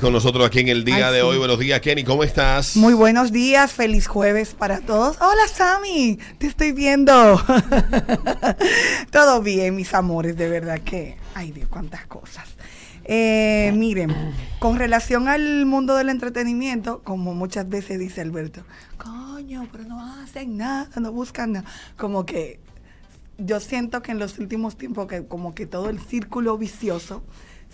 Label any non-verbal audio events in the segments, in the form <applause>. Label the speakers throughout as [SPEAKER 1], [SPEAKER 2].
[SPEAKER 1] Con nosotros aquí en el día
[SPEAKER 2] Ay,
[SPEAKER 1] de
[SPEAKER 2] sí.
[SPEAKER 1] hoy. Buenos días, Kenny. ¿Cómo estás?
[SPEAKER 2] Muy buenos días, feliz jueves para todos. Hola Sammy, te estoy viendo. <laughs> Todo bien, mis amores, de verdad que, ay Dios, cuántas cosas. Eh, miren, con relación al mundo del entretenimiento, como muchas veces dice Alberto, coño, pero no hacen nada, no buscan nada. Como que yo siento que en los últimos tiempos que como que todo el círculo vicioso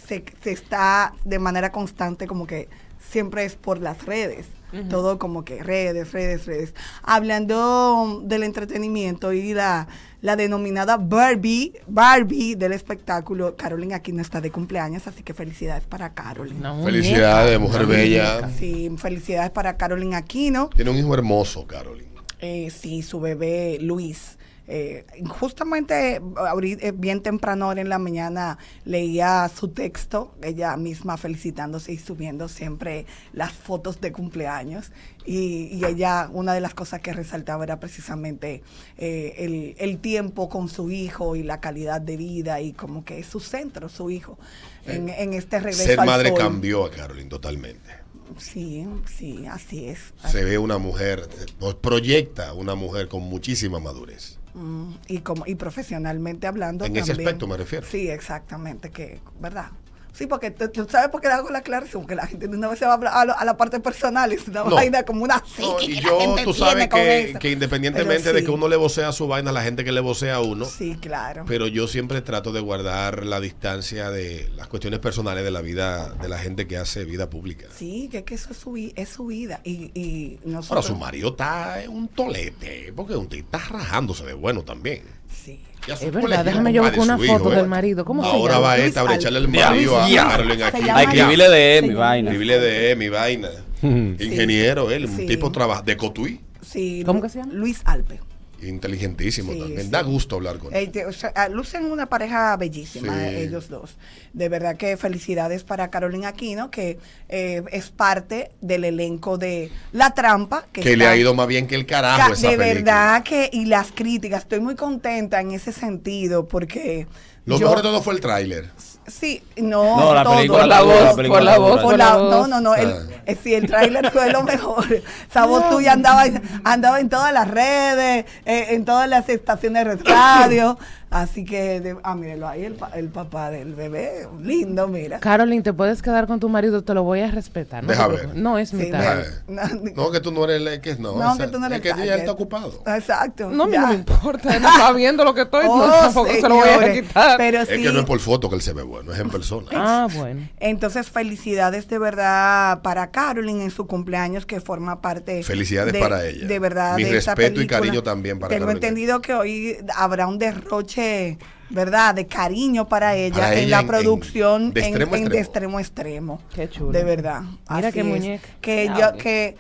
[SPEAKER 2] se, se está de manera constante como que siempre es por las redes. Todo como que redes, redes, redes. Hablando del entretenimiento y la, la denominada Barbie, Barbie del espectáculo, Carolyn aquí no está de cumpleaños, así que felicidades para Carolyn.
[SPEAKER 3] Una muñeca.
[SPEAKER 1] Felicidades, mujer bella.
[SPEAKER 2] Sí, felicidades para Carolyn Aquino.
[SPEAKER 1] Tiene un hijo hermoso, Carolyn.
[SPEAKER 2] Eh, sí, su bebé Luis. Eh, justamente eh, ahori- eh, bien temprano ahora en la mañana leía su texto, ella misma felicitándose y subiendo siempre las fotos de cumpleaños. Y, y ella, una de las cosas que resaltaba era precisamente eh, el, el tiempo con su hijo y la calidad de vida y como que es su centro, su hijo, en, en este regreso
[SPEAKER 1] Eh, Ser
[SPEAKER 2] al
[SPEAKER 1] madre
[SPEAKER 2] sol.
[SPEAKER 1] cambió a Carolyn totalmente.
[SPEAKER 2] Sí, sí, así es.
[SPEAKER 1] Se ve una mujer, se- proyecta una mujer con muchísima madurez.
[SPEAKER 2] Mm, y como y profesionalmente hablando
[SPEAKER 1] En ese
[SPEAKER 2] también.
[SPEAKER 1] aspecto me refiero.
[SPEAKER 2] sí exactamente que verdad sí porque tú, tú sabes por qué hago la aclaración que la gente de una vez se va a, hablar a, lo- a la parte personal es una
[SPEAKER 1] No.
[SPEAKER 2] vaina como una psique
[SPEAKER 1] No, y
[SPEAKER 2] que la
[SPEAKER 1] yo,
[SPEAKER 2] gente
[SPEAKER 1] tú
[SPEAKER 2] tiene
[SPEAKER 1] sabes
[SPEAKER 2] con
[SPEAKER 1] que,
[SPEAKER 2] eso.
[SPEAKER 1] que independientemente
[SPEAKER 2] Pero
[SPEAKER 1] de
[SPEAKER 2] sí,
[SPEAKER 1] que uno le vocea su vaina, la gente que le vocea a uno,
[SPEAKER 2] sí claro
[SPEAKER 1] pero yo siempre trato de guardar la distancia de las cuestiones personales de la vida de la gente que hace vida pública.
[SPEAKER 2] sí que, que eso es su, vi- es su vida y, y
[SPEAKER 1] Ahora,
[SPEAKER 2] nosotros
[SPEAKER 1] su marido está en un tolete, porque un tipo está rajándose de bueno también.
[SPEAKER 2] sí
[SPEAKER 1] Ya supo
[SPEAKER 3] Es
[SPEAKER 1] la
[SPEAKER 3] verdad,
[SPEAKER 1] hija
[SPEAKER 3] déjame
[SPEAKER 1] que
[SPEAKER 3] yo
[SPEAKER 1] va
[SPEAKER 3] buscar
[SPEAKER 1] de
[SPEAKER 3] una
[SPEAKER 1] su
[SPEAKER 3] foto
[SPEAKER 1] hijo,
[SPEAKER 3] del
[SPEAKER 1] ¿eh?
[SPEAKER 3] marido. ¿Cómo
[SPEAKER 1] Ahora
[SPEAKER 3] se llama?
[SPEAKER 1] va
[SPEAKER 2] Luis
[SPEAKER 1] esta a brecharle el
[SPEAKER 4] Alberto.
[SPEAKER 1] marido a
[SPEAKER 4] Ya.
[SPEAKER 1] Carolyn
[SPEAKER 2] Se
[SPEAKER 1] aquí.
[SPEAKER 2] llama-
[SPEAKER 4] A escribirle de mi
[SPEAKER 2] Sí.
[SPEAKER 4] vaina.
[SPEAKER 1] Escribirle de mi
[SPEAKER 2] <laughs>
[SPEAKER 1] vaina. Ingeniero, él, un
[SPEAKER 2] Sí.
[SPEAKER 1] tipo traba- de Cotuí,
[SPEAKER 2] sí
[SPEAKER 3] ¿Cómo
[SPEAKER 2] Lu-
[SPEAKER 3] que se llama?
[SPEAKER 2] Luis Alpe
[SPEAKER 1] inteligentísimo
[SPEAKER 2] Sí,
[SPEAKER 1] también.
[SPEAKER 2] sí.
[SPEAKER 1] Da gusto hablar con él.
[SPEAKER 2] Eh, te- o sea, ah, lucen una pareja bellísima,
[SPEAKER 1] Sí.
[SPEAKER 2] eh, ellos dos. De verdad que felicidades para Carolina Aquino, que eh, es parte del elenco de La Trampa. Que,
[SPEAKER 1] Que le
[SPEAKER 2] está-
[SPEAKER 1] ha ido más bien que el
[SPEAKER 2] Ca-
[SPEAKER 1] carajo esa
[SPEAKER 2] de
[SPEAKER 1] película.
[SPEAKER 2] verdad que, y las críticas, estoy muy contenta en ese sentido, porque.
[SPEAKER 1] Lo
[SPEAKER 2] yo-
[SPEAKER 1] mejor de todo fue el tráiler.
[SPEAKER 2] Sí, no.
[SPEAKER 4] No, la
[SPEAKER 2] todo.
[SPEAKER 4] película
[SPEAKER 3] Por la
[SPEAKER 4] dura,
[SPEAKER 3] voz,
[SPEAKER 4] la película
[SPEAKER 3] por la
[SPEAKER 4] dura.
[SPEAKER 3] voz,
[SPEAKER 2] Por
[SPEAKER 3] por
[SPEAKER 2] la-
[SPEAKER 3] la
[SPEAKER 2] no,
[SPEAKER 3] voz.
[SPEAKER 2] no, no. El,
[SPEAKER 1] Ah.
[SPEAKER 2] eh, sí, el tráiler fue lo mejor. Esa voz tuya andaba, en- andaba en todas las redes, eh, en todas las estaciones de radio. Así que, de- ah, mírenlo ahí, el, pa- el papá del bebé, lindo, mira.
[SPEAKER 3] Carolyn, te puedes quedar con tu marido, te lo voy a respetar. No, te
[SPEAKER 1] Deja ver.
[SPEAKER 3] preocupes. no es mi
[SPEAKER 2] Sí,
[SPEAKER 1] Deja
[SPEAKER 3] tal.
[SPEAKER 1] ver.
[SPEAKER 2] no,
[SPEAKER 1] Eh, No, que tú no eres el que no.
[SPEAKER 2] no,
[SPEAKER 1] esa-
[SPEAKER 2] que tú no eres Ah,
[SPEAKER 1] es que
[SPEAKER 2] target.
[SPEAKER 1] ya él está ocupado.
[SPEAKER 2] Exacto.
[SPEAKER 3] No, a mí
[SPEAKER 2] ya.
[SPEAKER 3] no me importa,
[SPEAKER 2] <laughs>
[SPEAKER 3] él no está viendo lo que estoy, no,
[SPEAKER 2] Oh,
[SPEAKER 3] tampoco se lo voy a
[SPEAKER 2] señores,
[SPEAKER 3] quitar.
[SPEAKER 2] Pero
[SPEAKER 1] Es
[SPEAKER 2] sí,
[SPEAKER 1] que no es por foto que él se ve bueno, es en persona.
[SPEAKER 3] Ah, bueno.
[SPEAKER 2] Entonces, felicidades de verdad para Carolyn en su cumpleaños, que forma parte.
[SPEAKER 1] Felicidades
[SPEAKER 2] de-
[SPEAKER 1] para ella.
[SPEAKER 2] De verdad.
[SPEAKER 1] Mi
[SPEAKER 2] de esta
[SPEAKER 1] respeto y
[SPEAKER 2] película.
[SPEAKER 1] cariño también para
[SPEAKER 2] Tengo
[SPEAKER 1] Carolyn.
[SPEAKER 2] entendido que hoy habrá un derroche, ¿verdad?, de cariño para ella
[SPEAKER 1] Para
[SPEAKER 2] en
[SPEAKER 1] ella
[SPEAKER 2] la
[SPEAKER 1] en-
[SPEAKER 2] producción
[SPEAKER 1] en- de
[SPEAKER 2] en-
[SPEAKER 1] extremo a
[SPEAKER 2] en-
[SPEAKER 1] extremo.
[SPEAKER 2] de extremo a extremo.
[SPEAKER 3] Qué chulo.
[SPEAKER 2] De verdad.
[SPEAKER 3] Mira
[SPEAKER 2] así
[SPEAKER 3] qué
[SPEAKER 2] es.
[SPEAKER 3] muñeca.
[SPEAKER 2] Que,
[SPEAKER 3] Ya,
[SPEAKER 2] yo,
[SPEAKER 3] ok.
[SPEAKER 2] que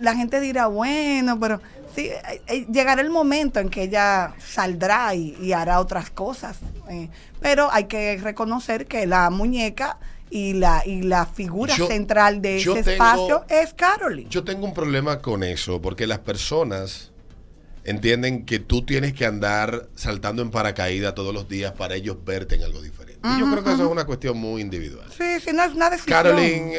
[SPEAKER 2] la gente dirá, bueno, pero sí, eh, eh, llegará el momento en que ella saldrá y, y hará otras cosas. eh, pero hay que reconocer que la muñeca y la, y la figura
[SPEAKER 1] Yo-
[SPEAKER 2] central de
[SPEAKER 1] yo tengo-
[SPEAKER 2] ese espacio es Carolyn.
[SPEAKER 1] Yo tengo un problema con eso, porque las personas entienden que tú tienes que andar saltando en paracaídas todos los días para ellos verte en algo diferente. Y yo creo que eso es una cuestión muy individual.
[SPEAKER 2] sí, sí, no es una decisión.
[SPEAKER 1] Carolyn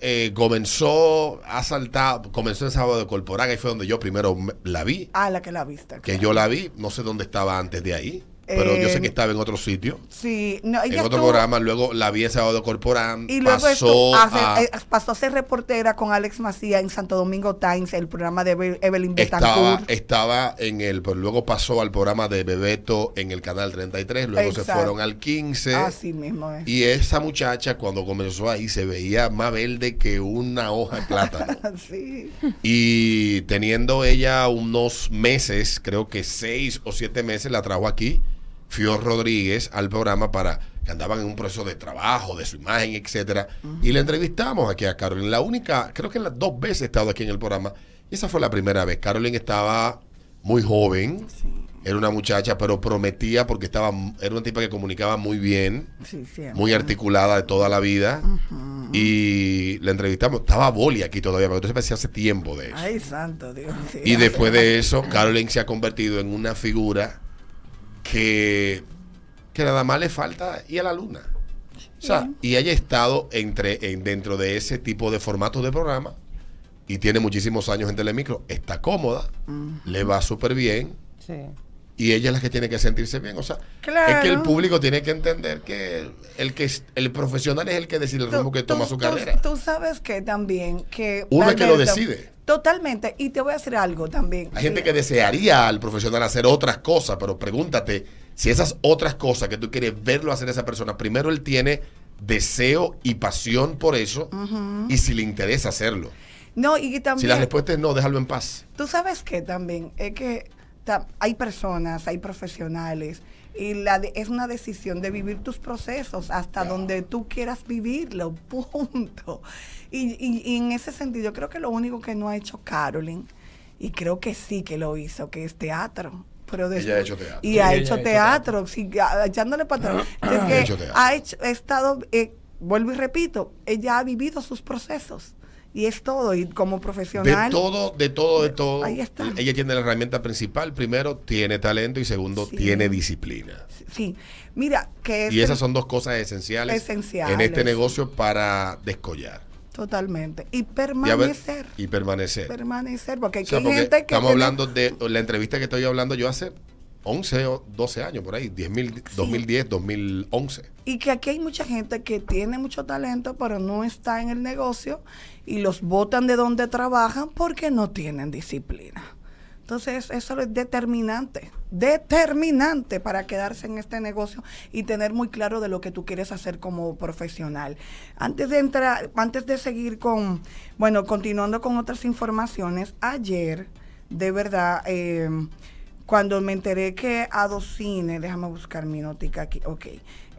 [SPEAKER 1] eh, comenzó a saltar, comenzó en sábado corporal, ahí fue donde yo primero me- la vi,
[SPEAKER 2] Ah, la que la viste.
[SPEAKER 1] que yo la vi, no sé dónde estaba antes de ahí, pero yo sé que
[SPEAKER 2] Eh,
[SPEAKER 1] estaba en otro sitio.
[SPEAKER 2] Sí, no,
[SPEAKER 1] En
[SPEAKER 2] ella
[SPEAKER 1] otro
[SPEAKER 2] estuvo-
[SPEAKER 1] programa, luego la vi en sábado corporal,
[SPEAKER 2] Y luego
[SPEAKER 1] pasó
[SPEAKER 2] estuvo- hace-
[SPEAKER 1] a...
[SPEAKER 2] eh, pasó a ser reportera con Alex Macía en Santo Domingo Times, el programa de Eve- Evelyn
[SPEAKER 1] Estaba,
[SPEAKER 2] Betancourt.
[SPEAKER 1] estaba en el, pero luego pasó al programa de Bebeto en el canal 33, luego se
[SPEAKER 2] Exacto. Ah,
[SPEAKER 1] fueron al 15.
[SPEAKER 2] Así mismo es.
[SPEAKER 1] Y esa muchacha cuando comenzó ahí se veía más verde que una hoja de plátano.
[SPEAKER 2] <laughs> sí.
[SPEAKER 1] y teniendo ella unos meses, creo que seis o siete meses, la trajo aquí Fior Rodríguez al programa para que andaban en un proceso de trabajo, de su imagen, etcétera. Y la entrevistamos aquí a Carolyn. La única, creo que las dos veces he estado aquí en el programa. Y esa fue la primera vez. Carolyn estaba muy joven. Era una muchacha, pero prometía porque estaba, era una tipa que comunicaba muy bien
[SPEAKER 2] Sí, siempre.
[SPEAKER 1] muy articulada de toda la vida. Y la entrevistamos. Estaba Boli aquí todavía, pero entonces parecía hace tiempo de eso.
[SPEAKER 2] Ay, santo Dios. sí,
[SPEAKER 1] y
[SPEAKER 2] hace-
[SPEAKER 1] después de eso, Carolyn se ha convertido en una figura que, que nada más le falta ir a la luna. O sea, y haya estado entre, en- dentro de ese tipo de formatos de programa y tiene muchísimos años en Telemicro, está cómoda, le va súper bien
[SPEAKER 3] Sí.
[SPEAKER 1] y ella es la que tiene que sentirse bien. O sea, es que el
[SPEAKER 2] Claro.
[SPEAKER 1] público tiene que entender que el, que es- el profesional es el que decide el
[SPEAKER 2] Tú-
[SPEAKER 1] rumbo que
[SPEAKER 2] tú-
[SPEAKER 1] toma su
[SPEAKER 2] tú-
[SPEAKER 1] carrera.
[SPEAKER 2] Tú sabes que también que
[SPEAKER 1] Uno es que lo decide.
[SPEAKER 2] Totalmente. Y te voy a decir algo también.
[SPEAKER 1] Hay gente que desearía al profesional hacer otras cosas, pero pregúntate si esas otras cosas que tú quieres verlo hacer a esa persona, primero él tiene deseo y pasión por eso y si le interesa hacerlo.
[SPEAKER 2] No, y que
[SPEAKER 1] Si
[SPEAKER 2] también.
[SPEAKER 1] la respuesta es no, déjalo en paz.
[SPEAKER 2] Tú sabes que también es que ta- hay personas, hay profesionales y la de- es una decisión de vivir tus procesos hasta donde tú quieras vivirlo, <laughs> punto. Y, y- y en ese sentido, creo que lo único que no ha hecho Carolyn, y creo que sí que lo hizo, que es teatro. Pero
[SPEAKER 1] Ella ha
[SPEAKER 2] después-
[SPEAKER 1] hecho teatro.
[SPEAKER 2] Y
[SPEAKER 4] Sí,
[SPEAKER 2] ha
[SPEAKER 4] ella
[SPEAKER 2] hecho
[SPEAKER 4] ha hecho
[SPEAKER 2] teatro, sí, a- echándole para atrás. Es
[SPEAKER 1] Ha
[SPEAKER 2] que
[SPEAKER 1] hecho teatro.
[SPEAKER 2] ha hecho- ha estado, eh, vuelvo y repito, ella ha vivido sus procesos. Y es todo, y como
[SPEAKER 1] De
[SPEAKER 2] profesional.
[SPEAKER 1] todo, de todo, de todo.
[SPEAKER 2] Ahí está.
[SPEAKER 1] Ella tiene la herramienta principal. Primero, tiene talento y segundo,
[SPEAKER 2] Sí.
[SPEAKER 1] tiene disciplina.
[SPEAKER 2] Sí, mira, que es
[SPEAKER 1] Y esas son dos cosas esenciales,
[SPEAKER 2] Esenciales.
[SPEAKER 1] en este negocio para descollar
[SPEAKER 2] totalmente. Y
[SPEAKER 1] Y a ver-
[SPEAKER 2] permanecer,
[SPEAKER 1] y permanecer.
[SPEAKER 2] permanecer, porque
[SPEAKER 1] O
[SPEAKER 2] aquí
[SPEAKER 1] sea,
[SPEAKER 2] hay
[SPEAKER 1] porque
[SPEAKER 2] gente que...
[SPEAKER 1] estamos
[SPEAKER 2] tiene-
[SPEAKER 1] hablando de la entrevista que estoy hablando yo hace 11 o 12 años, por ahí, 10 mil- 2010, 2011.
[SPEAKER 2] Y que aquí hay mucha gente que tiene mucho talento, pero no está en el negocio y los botan de donde trabajan porque no tienen disciplina. Entonces eso es determinante, determinante para quedarse en este negocio y tener muy claro de lo que tú quieres hacer como profesional. Antes de entrar, antes de seguir con, bueno, continuando con otras informaciones, ayer, de verdad, eh, cuando me enteré que Adocine, déjame buscar mi notica aquí, ok,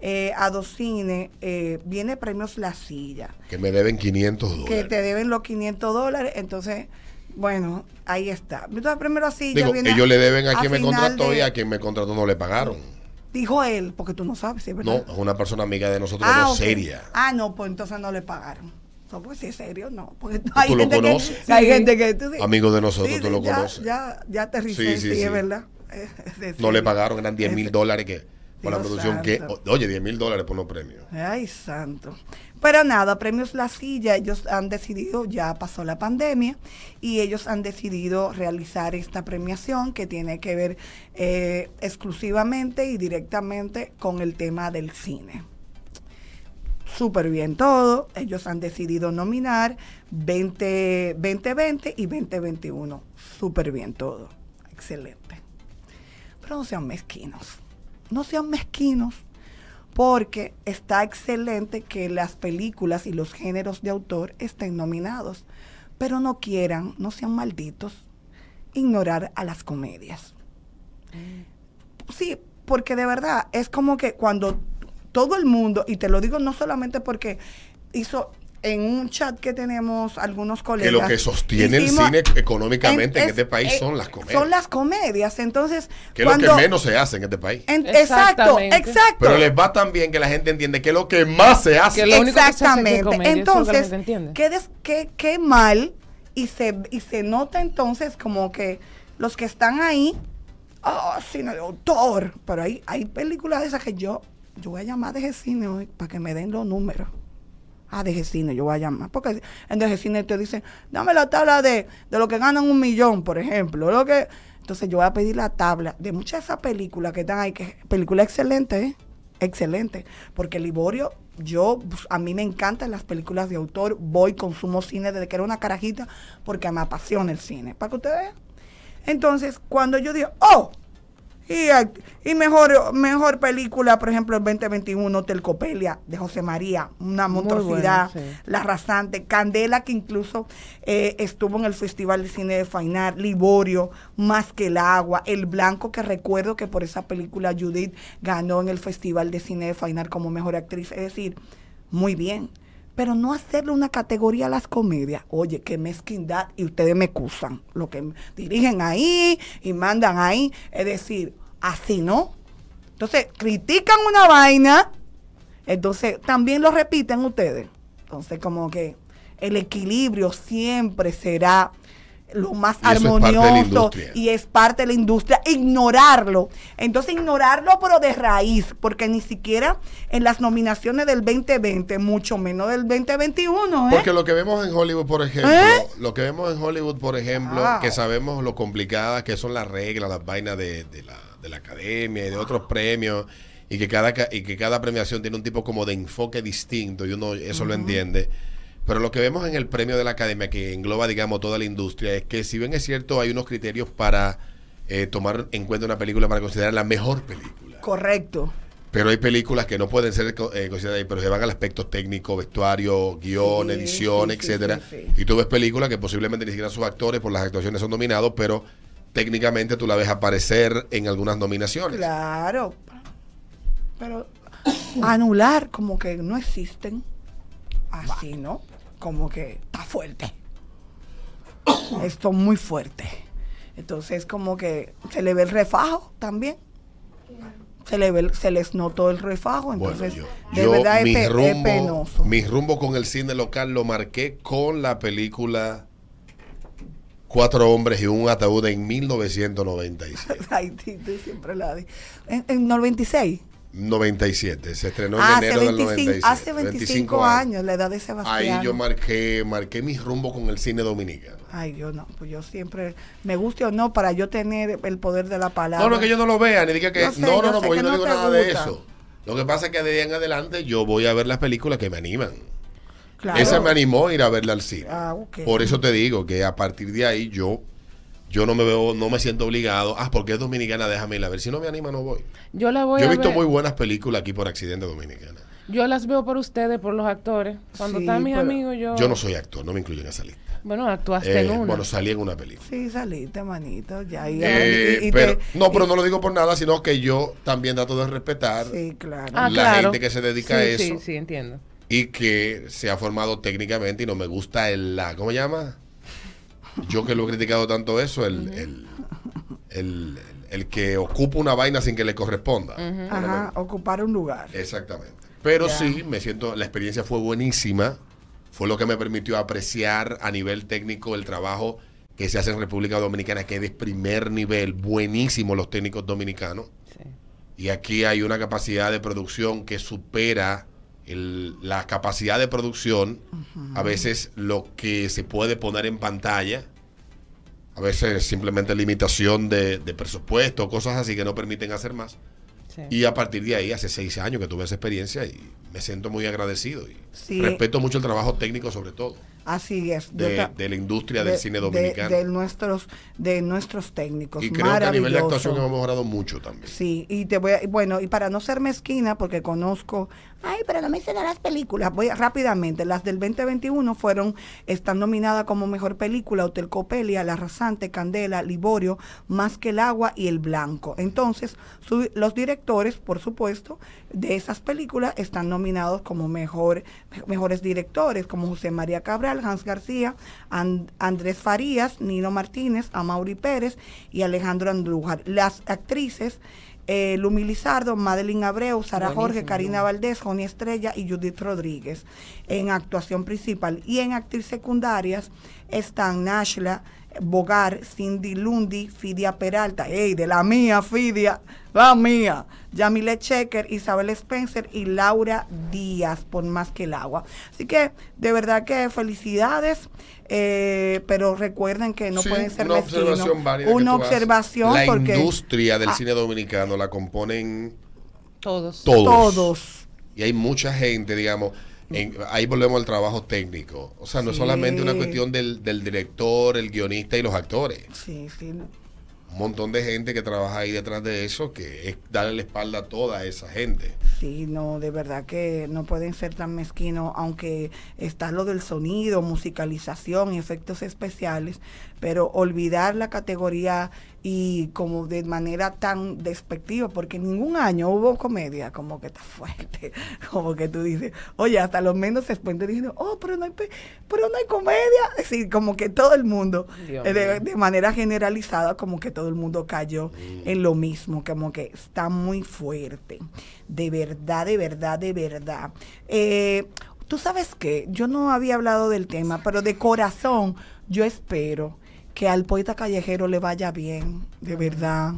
[SPEAKER 2] eh, Adocine eh, viene premios La Silla,
[SPEAKER 1] Que me deben 500
[SPEAKER 2] que
[SPEAKER 1] dólares.
[SPEAKER 2] te deben los 500 dólares, entonces, bueno, ahí está. Entonces, primero así,
[SPEAKER 1] Digo, ellos le deben a quien me contrató
[SPEAKER 2] de-
[SPEAKER 1] y a quien me contrató no le pagaron.
[SPEAKER 2] Dijo él, porque tú no sabes, ¿sí,
[SPEAKER 1] No,
[SPEAKER 2] ¿verdad?
[SPEAKER 1] es una persona amiga de nosotros,
[SPEAKER 2] Ah,
[SPEAKER 1] no
[SPEAKER 2] ok.
[SPEAKER 1] seria.
[SPEAKER 2] Ah, no, pues entonces no le pagaron. No, pues si es serio, no. Porque
[SPEAKER 1] lo
[SPEAKER 2] que-
[SPEAKER 1] conoces.
[SPEAKER 2] <laughs> hay
[SPEAKER 3] Sí.
[SPEAKER 2] gente que... tú sí-
[SPEAKER 1] Amigo de nosotros,
[SPEAKER 2] Sí,
[SPEAKER 1] tú
[SPEAKER 2] sí,
[SPEAKER 1] lo
[SPEAKER 2] ya,
[SPEAKER 1] conoces.
[SPEAKER 2] Ya, ya te
[SPEAKER 1] Sí, sí,
[SPEAKER 2] sí,
[SPEAKER 1] sí.
[SPEAKER 2] es verdad. <laughs> Es- es
[SPEAKER 1] No le
[SPEAKER 2] serio.
[SPEAKER 1] pagaron, eran 10 mil
[SPEAKER 2] Es-
[SPEAKER 1] dólares que por la
[SPEAKER 2] Ah, Dios
[SPEAKER 1] producción que...
[SPEAKER 2] santo.
[SPEAKER 1] o- Oye, 10 mil dólares por los premios.
[SPEAKER 2] Ay, santo. Pero nada, Premios La Silla, ellos han decidido, ya pasó la pandemia, y ellos han decidido realizar esta premiación que tiene que ver eh, exclusivamente y directamente con el tema del cine. Súper bien todo, ellos han decidido nominar 20, 2020 y 2021. Súper bien todo, excelente. Pero no sean mezquinos, no sean mezquinos porque está excelente que las películas y los géneros de autor estén nominados, pero no quieran, no sean malditos, ignorar a las comedias.
[SPEAKER 1] Mm.
[SPEAKER 2] Sí, porque de verdad es como que cuando todo el mundo, y te lo digo no solamente porque hizo en un chat que tenemos algunos
[SPEAKER 1] Que
[SPEAKER 2] colegas.
[SPEAKER 1] lo que sostiene
[SPEAKER 2] hicimos-
[SPEAKER 1] el cine económicamente en,
[SPEAKER 2] es-
[SPEAKER 1] este país
[SPEAKER 2] eh,
[SPEAKER 1] son las comedias.
[SPEAKER 2] Son las comedias, entonces.
[SPEAKER 1] que es lo que menos se hace en este país.
[SPEAKER 2] en- exacto,
[SPEAKER 3] Exactamente.
[SPEAKER 2] exacto.
[SPEAKER 1] Pero les va tan bien que la gente entiende que es lo que más se hace.
[SPEAKER 3] Que lo único que se hace es
[SPEAKER 2] Exactamente.
[SPEAKER 3] comedia, eso es lo que la
[SPEAKER 2] entonces,
[SPEAKER 3] gente entiende.
[SPEAKER 2] qué, des- qué- qué mal y se, y se nota entonces como que los que están ahí, oh, cine de autor, pero hay, hay películas de esas que yo, yo voy a llamar de cine hoy para que me den los números. Ah, de cine, yo voy a llamar. Porque en de cine te dicen, dame la tabla de, de lo que ganan un millón, por ejemplo. Lo que... Entonces yo voy a pedir la tabla de muchas de esas películas que están ahí, que película excelente, ¿eh? Excelente. Porque Liborio, yo, pues, a mí me encantan las películas de autor. Voy, consumo cine desde que era una carajita, porque me apasiona el cine. Para que ustedes vean. Entonces, cuando yo digo, oh, y, act- y mejor, mejor película, por ejemplo, el 2021, Telcopelia, de José María, una
[SPEAKER 3] Muy
[SPEAKER 2] monstruosidad,
[SPEAKER 3] buena, sí.
[SPEAKER 2] La Rasante, Candela, que incluso eh, estuvo en el Festival de Cine de Fainar, Liborio, Más que el Agua, El Blanco, que recuerdo que por esa película Judith ganó en el Festival de Cine de Fainar como mejor actriz. Es decir, muy bien. Pero no hacerle una categoría a las comedias. Oye, qué mezquindad. Y ustedes me excusan. Lo que dirigen ahí y mandan ahí. Es decir, así no. Entonces, critican una vaina. Entonces, también lo repiten ustedes. Entonces, como que el equilibrio siempre será lo más
[SPEAKER 1] Y eso es parte de la
[SPEAKER 2] armonioso
[SPEAKER 1] industria.
[SPEAKER 2] y es parte de la industria, ignorarlo. Entonces, ignorarlo, pero de raíz, porque ni siquiera en las nominaciones del 2020, mucho menos del 2021, ¿eh?
[SPEAKER 1] Porque lo que vemos en Hollywood, por ejemplo,
[SPEAKER 2] ¿Eh?
[SPEAKER 1] lo que vemos en Hollywood, por ejemplo,
[SPEAKER 2] Wow.
[SPEAKER 1] que sabemos lo complicadas que son las reglas, las vainas de, de la, de la academia y de otros premios, y que, cada, ca- y que cada premiación tiene un tipo como de enfoque distinto, y uno eso lo entiende. Pero lo que vemos en el premio de la academia, que engloba, digamos, toda la industria, es que si bien es cierto, hay unos criterios para eh, tomar en cuenta una película para considerar la mejor película.
[SPEAKER 2] Correcto.
[SPEAKER 1] Pero hay películas que no pueden ser co- eh, consideradas, ahí, pero se van al aspecto técnico, vestuario, guión,
[SPEAKER 2] Sí,
[SPEAKER 1] edición,
[SPEAKER 2] sí, sí,
[SPEAKER 1] etcétera.
[SPEAKER 2] sí, sí.
[SPEAKER 1] Y tú ves películas que posiblemente ni siquiera sus actores por las actuaciones son nominados, pero técnicamente tú la ves aparecer en algunas nominaciones.
[SPEAKER 2] Claro. Pero anular como que no existen. Así, ¿no? Como que está fuerte. Esto es muy fuerte. Entonces como que se le ve el refajo también. Se, le ve el- se les notó el refajo,
[SPEAKER 1] Bueno,
[SPEAKER 2] entonces
[SPEAKER 1] yo,
[SPEAKER 2] de
[SPEAKER 1] yo
[SPEAKER 2] verdad es,
[SPEAKER 1] mi,
[SPEAKER 2] pe- es
[SPEAKER 1] rumbo,
[SPEAKER 2] penoso.
[SPEAKER 1] mi rumbo con el cine local lo marqué con la película Cuatro hombres y un ataúd en 1997.
[SPEAKER 2] <laughs> Ay, sí, tú siempre la di. En, en 96.
[SPEAKER 1] 97, se estrenó en
[SPEAKER 2] Ah, hace
[SPEAKER 1] enero del
[SPEAKER 2] 25,
[SPEAKER 1] 97.
[SPEAKER 2] hace 25, años, la edad de
[SPEAKER 1] Ahí
[SPEAKER 2] Sebastián.
[SPEAKER 1] yo marqué, marqué mi rumbo con el cine dominicano.
[SPEAKER 2] Ay, yo no, pues yo siempre, me guste o no, para yo tener el poder de la palabra.
[SPEAKER 1] No, no, que yo no lo vea, ni diga que...
[SPEAKER 2] Yo sé,
[SPEAKER 1] no, no,
[SPEAKER 2] yo
[SPEAKER 1] no,
[SPEAKER 2] sé
[SPEAKER 1] porque yo no
[SPEAKER 2] que no
[SPEAKER 1] digo
[SPEAKER 2] te
[SPEAKER 1] nada de
[SPEAKER 2] gusta.
[SPEAKER 1] eso. Lo que pasa es que de ahí en adelante yo voy a ver las películas que me animan.
[SPEAKER 2] Claro.
[SPEAKER 1] Esa me animó a ir a verla al cine.
[SPEAKER 2] Ah, ok.
[SPEAKER 1] Por eso te digo que a partir de ahí yo... Yo no me veo, no me siento obligado. Ah, porque es dominicana, déjame ir a ver. Si no me anima, no voy.
[SPEAKER 3] Yo la voy
[SPEAKER 1] yo he
[SPEAKER 3] a
[SPEAKER 1] visto
[SPEAKER 3] ver-
[SPEAKER 1] muy buenas películas aquí por accidente dominicana.
[SPEAKER 3] Yo las veo por ustedes, por los actores. Cuando
[SPEAKER 2] Sí,
[SPEAKER 3] están mis
[SPEAKER 2] pero-
[SPEAKER 3] amigos, yo...
[SPEAKER 1] Yo no soy actor, no me incluyo en esa lista.
[SPEAKER 3] Bueno, actuaste
[SPEAKER 1] Eh,
[SPEAKER 3] en una.
[SPEAKER 1] bueno, salí en una película.
[SPEAKER 2] Sí, saliste, manito, ya. y-
[SPEAKER 1] Eh,
[SPEAKER 2] y- y
[SPEAKER 1] pero,
[SPEAKER 2] te-
[SPEAKER 1] no, pero
[SPEAKER 2] y-
[SPEAKER 1] no lo digo por nada, sino que yo también trato de respetar
[SPEAKER 2] Sí, claro.
[SPEAKER 3] Ah,
[SPEAKER 1] la
[SPEAKER 3] claro.
[SPEAKER 1] gente que se dedica
[SPEAKER 3] Sí,
[SPEAKER 1] a eso
[SPEAKER 3] Sí, sí, entiendo.
[SPEAKER 1] y que se ha formado técnicamente y no me gusta el la, ¿cómo se llama? Yo que lo he criticado tanto eso, el, el, el- el que ocupa una vaina sin que le corresponda.
[SPEAKER 2] Ajá, ocupar un lugar.
[SPEAKER 1] Eh, Exactamente. Pero
[SPEAKER 2] Ya.
[SPEAKER 1] sí, me siento, la experiencia fue buenísima. Fue lo que me permitió apreciar a nivel técnico el trabajo que se hace en República Dominicana, que es de primer nivel, buenísimo los técnicos dominicanos.
[SPEAKER 3] Sí.
[SPEAKER 1] Y aquí hay una capacidad de producción que supera el- la capacidad de producción, a veces lo que se puede poner en pantalla, a veces simplemente limitación de, de presupuesto, cosas así que no permiten hacer más.
[SPEAKER 3] sí.
[SPEAKER 1] Y a partir de ahí, hace seis años que tuve esa experiencia y me siento muy agradecido. Y
[SPEAKER 2] Sí.
[SPEAKER 1] Respeto mucho el trabajo técnico, sobre todo,
[SPEAKER 2] Así es. yo
[SPEAKER 1] de,
[SPEAKER 2] ta-
[SPEAKER 1] de la industria del
[SPEAKER 2] de-
[SPEAKER 1] cine
[SPEAKER 2] de-
[SPEAKER 1] dominicano.
[SPEAKER 2] de nuestros, de nuestros técnicos.
[SPEAKER 1] y creo que a nivel de
[SPEAKER 2] Maravilloso.
[SPEAKER 1] actuación hemos mejorado mucho también.
[SPEAKER 2] Sí, y te voy a, y bueno, y para no ser mezquina, porque conozco, ay, pero no mencionas las películas, voy a- rápidamente, las del 2021 fueron, están nominadas como Mejor Película, Hotel Copelia, La Rasante, Candela, Liborio, Más que el Agua y El Blanco. Entonces, su- los directores, por supuesto, de esas películas están nominados como mejor, mejores directores, como José María Cabral, Hans García, And- Andrés Farías, Nino Martínez, Amaury Pérez y Alejandro Andrújar. Las actrices, eh, Lumi Lizardo, Madeline Abreu, Sara
[SPEAKER 3] Buenísimo,
[SPEAKER 2] Jorge, Karina
[SPEAKER 3] Lumi.
[SPEAKER 2] Valdés, Joni Estrella y Judith Rodríguez en actuación principal. Y en actriz secundarias están Nashla Bogar, Cindy Lundi, Fidia Peralta, ¡ey, de la mía, Fidia! ¡La mía! Yamile Checker, Isabel Spencer y Laura Díaz, por más que el agua. Así que, de verdad que felicidades, eh, pero recuerden que no
[SPEAKER 1] Sí,
[SPEAKER 2] pueden ser
[SPEAKER 1] una
[SPEAKER 2] mezquinos.
[SPEAKER 1] observación válida que
[SPEAKER 2] Una
[SPEAKER 1] tú haces.
[SPEAKER 2] observación
[SPEAKER 1] la
[SPEAKER 2] porque
[SPEAKER 1] industria del
[SPEAKER 2] Ah.
[SPEAKER 1] cine dominicano la componen
[SPEAKER 3] Todos.
[SPEAKER 1] todos.
[SPEAKER 2] todos
[SPEAKER 1] Y hay mucha gente, digamos, en- ahí volvemos al trabajo técnico. O sea, no es
[SPEAKER 2] Sí.
[SPEAKER 1] solamente una cuestión del, del director, el guionista y los actores.
[SPEAKER 2] Sí, sí.
[SPEAKER 1] Un montón de gente que trabaja ahí detrás de eso, que es darle la espalda a toda esa gente.
[SPEAKER 2] Sí, no, de verdad que no pueden ser tan mezquinos, aunque está lo del sonido, musicalización y efectos especiales, pero olvidar la categoría y como de manera tan despectiva, porque en ningún año hubo comedia como que está fuerte, <laughs> como que tú dices, oye, hasta los menos se esponden diciendo, oh, pero no hay, pe- pero no hay comedia, es decir, como que todo el mundo,
[SPEAKER 3] Dios
[SPEAKER 2] eh, de,
[SPEAKER 3] mío.
[SPEAKER 2] de manera generalizada, como que todo el mundo cayó en lo mismo, como que está muy fuerte. De verdad, de verdad, de verdad. Eh, Tú sabes que yo no había hablado del tema, pero de corazón yo espero que al poeta callejero le vaya bien, de verdad.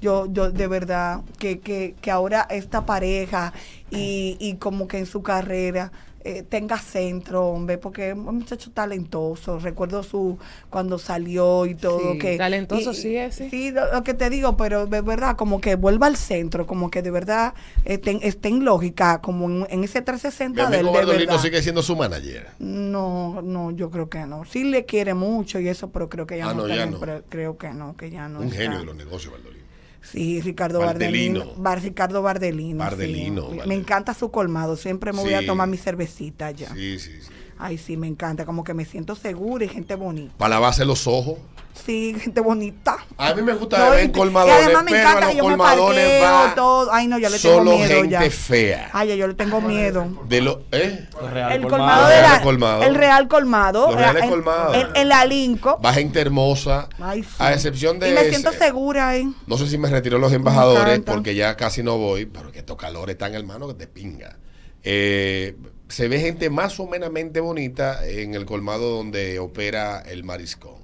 [SPEAKER 2] Yo, yo de verdad, que, que, que ahora esta pareja y, y como que en su carrera eh, tenga centro, hombre, porque es un muchacho talentoso. Recuerdo su cuando salió y todo.
[SPEAKER 3] Sí,
[SPEAKER 2] que,
[SPEAKER 3] talentoso
[SPEAKER 2] y-
[SPEAKER 3] sí es, sí.
[SPEAKER 2] Sí, lo, lo que te digo, pero de verdad, como que vuelva al centro, como que de verdad esté esté en lógica, como en, en ese
[SPEAKER 1] Mi
[SPEAKER 2] 360 del
[SPEAKER 1] amigo
[SPEAKER 2] de
[SPEAKER 1] Bardolino
[SPEAKER 2] verdad.
[SPEAKER 1] sigue siendo su manager.
[SPEAKER 2] No, no, yo creo que no. Sí le quiere mucho y eso, pero creo que ya
[SPEAKER 1] Ah,
[SPEAKER 2] no,
[SPEAKER 1] no,
[SPEAKER 2] está
[SPEAKER 1] ya
[SPEAKER 2] en el
[SPEAKER 1] no.
[SPEAKER 2] pre- creo que no, que ya no.
[SPEAKER 1] Un
[SPEAKER 2] está.
[SPEAKER 1] genio de los negocios, Bardolino.
[SPEAKER 2] Sí, Ricardo Bardelino.
[SPEAKER 1] Bardelino.
[SPEAKER 2] Bar- Ricardo Bardelino. sí.
[SPEAKER 1] Bardelino,
[SPEAKER 2] Me- Me
[SPEAKER 1] Bardelino.
[SPEAKER 2] encanta su colmado. Siempre me voy a
[SPEAKER 1] Sí.
[SPEAKER 2] tomar mi cervecita ya.
[SPEAKER 1] Sí, sí, sí.
[SPEAKER 2] Ay, sí, me encanta. Como que me siento segura y gente bonita.
[SPEAKER 1] Para lavarse los ojos.
[SPEAKER 2] Sí, gente bonita.
[SPEAKER 1] A mí me gusta
[SPEAKER 2] No,
[SPEAKER 1] ver
[SPEAKER 2] y-
[SPEAKER 1] en colmadones,
[SPEAKER 2] y además me
[SPEAKER 1] pero a
[SPEAKER 2] encanta
[SPEAKER 1] los
[SPEAKER 2] que yo me
[SPEAKER 1] colmadones
[SPEAKER 2] parqueo,
[SPEAKER 1] va
[SPEAKER 2] todo. Ay, no, yo le tengo
[SPEAKER 1] solo
[SPEAKER 2] miedo
[SPEAKER 1] gente
[SPEAKER 2] ya.
[SPEAKER 1] fea.
[SPEAKER 2] Ay, ya yo le tengo miedo.
[SPEAKER 1] De lo, ¿eh?
[SPEAKER 5] Pues
[SPEAKER 4] Real
[SPEAKER 2] El
[SPEAKER 4] Colmado.
[SPEAKER 2] colmado,
[SPEAKER 1] Los
[SPEAKER 2] de la,
[SPEAKER 1] Reales Colmados.
[SPEAKER 2] el Real Colmado.
[SPEAKER 1] Los Reales
[SPEAKER 2] en,
[SPEAKER 1] Colmados.
[SPEAKER 2] En, en la Linco.
[SPEAKER 1] Va gente hermosa.
[SPEAKER 2] Ay, sí.
[SPEAKER 1] A excepción de.
[SPEAKER 2] Y me siento
[SPEAKER 1] ese-
[SPEAKER 2] segura, ¿eh?
[SPEAKER 1] No sé si me retiró los embajadores
[SPEAKER 2] encanta.
[SPEAKER 1] porque ya casi no voy, pero que estos calores tan hermano que te pinga. Eh, se ve gente más o menos bonita en el colmado donde opera el mariscón.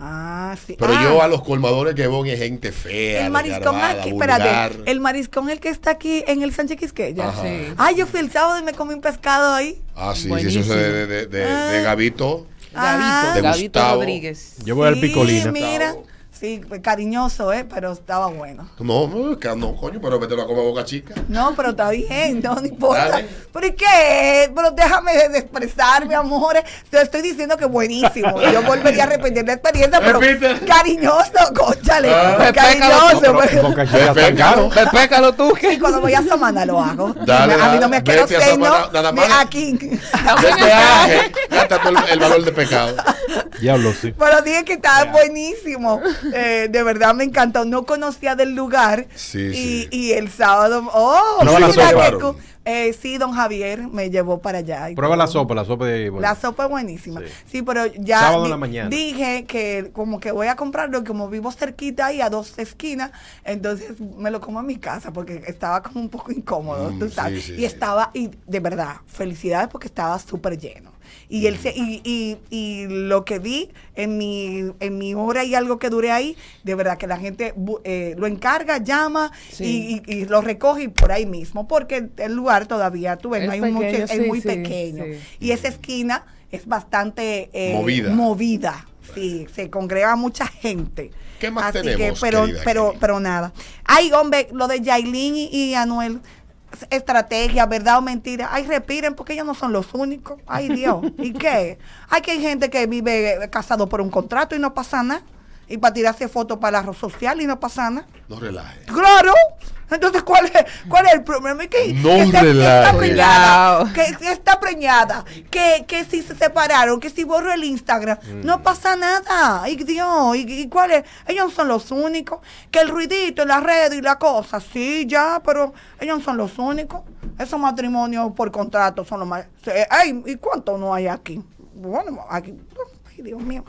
[SPEAKER 2] Ah, sí.
[SPEAKER 1] Pero
[SPEAKER 2] Ah,
[SPEAKER 1] yo a los colmadores que voy es gente fea.
[SPEAKER 2] El mariscón
[SPEAKER 1] desgarbada,
[SPEAKER 2] aquí,
[SPEAKER 1] vulgar.
[SPEAKER 2] espérate. El mariscón el que está aquí en el Sánchez Quisqueya.
[SPEAKER 1] Ajá.
[SPEAKER 3] Sí.
[SPEAKER 2] Ay, yo fui el sábado y me comí un pescado ahí.
[SPEAKER 1] Ah, sí, sí,
[SPEAKER 3] Buenísimo.
[SPEAKER 1] eso es de, de, de- de Gabito.
[SPEAKER 2] Ah.
[SPEAKER 1] De
[SPEAKER 3] Gabito, Gabito
[SPEAKER 1] Gustavo.
[SPEAKER 3] Rodríguez.
[SPEAKER 4] Yo voy al Picolina.
[SPEAKER 2] mira. Sí, cariñoso, ¿eh? Pero estaba bueno.
[SPEAKER 1] No, no, que- no, coño, pero vete a comer boca chica.
[SPEAKER 2] No, pero está bien, no, no importa.
[SPEAKER 1] Dale.
[SPEAKER 2] ¿Pero y qué? Pero déjame de de expresarme, amores. eh. Te estoy diciendo que buenísimo. Yo volvería a repetir la experiencia, pero
[SPEAKER 1] Repite.
[SPEAKER 2] cariñoso, cónchale.
[SPEAKER 1] Ah.
[SPEAKER 2] cariñoso. pero-
[SPEAKER 4] Boca Chica
[SPEAKER 1] Ve,
[SPEAKER 4] está-
[SPEAKER 1] pecado.
[SPEAKER 5] Respécalo tú,
[SPEAKER 2] Y cuando voy a Samana lo hago.
[SPEAKER 1] Dale,
[SPEAKER 2] a mí
[SPEAKER 1] dale.
[SPEAKER 2] no me asquero
[SPEAKER 1] Vete a Samaná, nada más.
[SPEAKER 2] aquí. <laughs>
[SPEAKER 1] Vete a Ángel, eh. gasta tú el, el valor de pecado.
[SPEAKER 4] Diablo, sí.
[SPEAKER 2] Pero dije que estaba
[SPEAKER 4] <laughs>
[SPEAKER 2] buenísimo. Eh, de verdad me encantó. No conocía del lugar.
[SPEAKER 1] Sí,
[SPEAKER 2] y,
[SPEAKER 1] sí.
[SPEAKER 2] y el sábado. ¡Oh!
[SPEAKER 4] Prueba la
[SPEAKER 2] mira
[SPEAKER 4] sopa.
[SPEAKER 2] qué cu- eh, sí, don Javier me llevó para allá. y
[SPEAKER 4] Prueba la
[SPEAKER 2] todo.
[SPEAKER 4] sopa, la sopa de. bueno,
[SPEAKER 2] La sopa es buenísima. Sí,
[SPEAKER 4] Sí.
[SPEAKER 2] pero ya
[SPEAKER 4] Sábado en
[SPEAKER 2] di-
[SPEAKER 4] la mañana.
[SPEAKER 2] dije que como que voy a comprarlo y como vivo cerquita ahí a dos esquinas, entonces me lo como en mi casa porque estaba como un poco incómodo,
[SPEAKER 1] Mm,
[SPEAKER 2] tú
[SPEAKER 1] sí,
[SPEAKER 2] sabes.
[SPEAKER 1] sí,
[SPEAKER 2] y
[SPEAKER 1] sí.
[SPEAKER 2] estaba, y de verdad, felicidades porque estaba súper lleno. Y,
[SPEAKER 4] Mm.
[SPEAKER 2] él se- y, y- y lo que vi en mi, en mi hora y algo que duré ahí, de verdad que la gente bu- eh, lo encarga, llama
[SPEAKER 3] Sí.
[SPEAKER 2] y, y- y lo recoge y por ahí mismo, porque el, el lugar todavía, tú ves,
[SPEAKER 3] Es
[SPEAKER 2] no hay mucho,
[SPEAKER 3] pequeño,
[SPEAKER 2] es
[SPEAKER 3] sí,
[SPEAKER 2] muy
[SPEAKER 3] sí,
[SPEAKER 2] pequeño.
[SPEAKER 3] sí.
[SPEAKER 2] Y esa esquina es bastante eh,
[SPEAKER 1] Movida.
[SPEAKER 2] movida. Sí, se congrega mucha gente.
[SPEAKER 1] ¿Qué más
[SPEAKER 2] Así
[SPEAKER 1] tenemos,
[SPEAKER 2] que, pero,
[SPEAKER 1] querida
[SPEAKER 2] pero,
[SPEAKER 1] Kelly?
[SPEAKER 2] pero nada. Ay, hombre, lo de Yailin y, y Anuel, s- estrategia, verdad o mentira. Ay, respiren, porque ellos no son los únicos. Ay, Dios. ¿Y qué? Hay que hay gente que vive eh, casado por un contrato y no pasa nada. Y para tirarse fotos para la red social y no pasa nada.
[SPEAKER 1] No relajes.
[SPEAKER 2] Claro. Entonces, ¿cuál es, cuál es el problema? ¿Y Que,
[SPEAKER 1] No
[SPEAKER 2] que está, que está
[SPEAKER 1] relajes.
[SPEAKER 2] preñada,
[SPEAKER 3] Cuidado.
[SPEAKER 2] que, que está preñada, que, que si se separaron, que si borró el Instagram,
[SPEAKER 1] Mm.
[SPEAKER 2] no pasa nada. Y Dios, y, y cuál es, ellos no son los únicos, que el ruidito en las redes y la cosa, sí, ya, pero ellos no son los únicos. Esos matrimonios por contrato son los más... se- ay, ¿Y cuánto no hay aquí? Bueno, aquí, ay, Dios mío.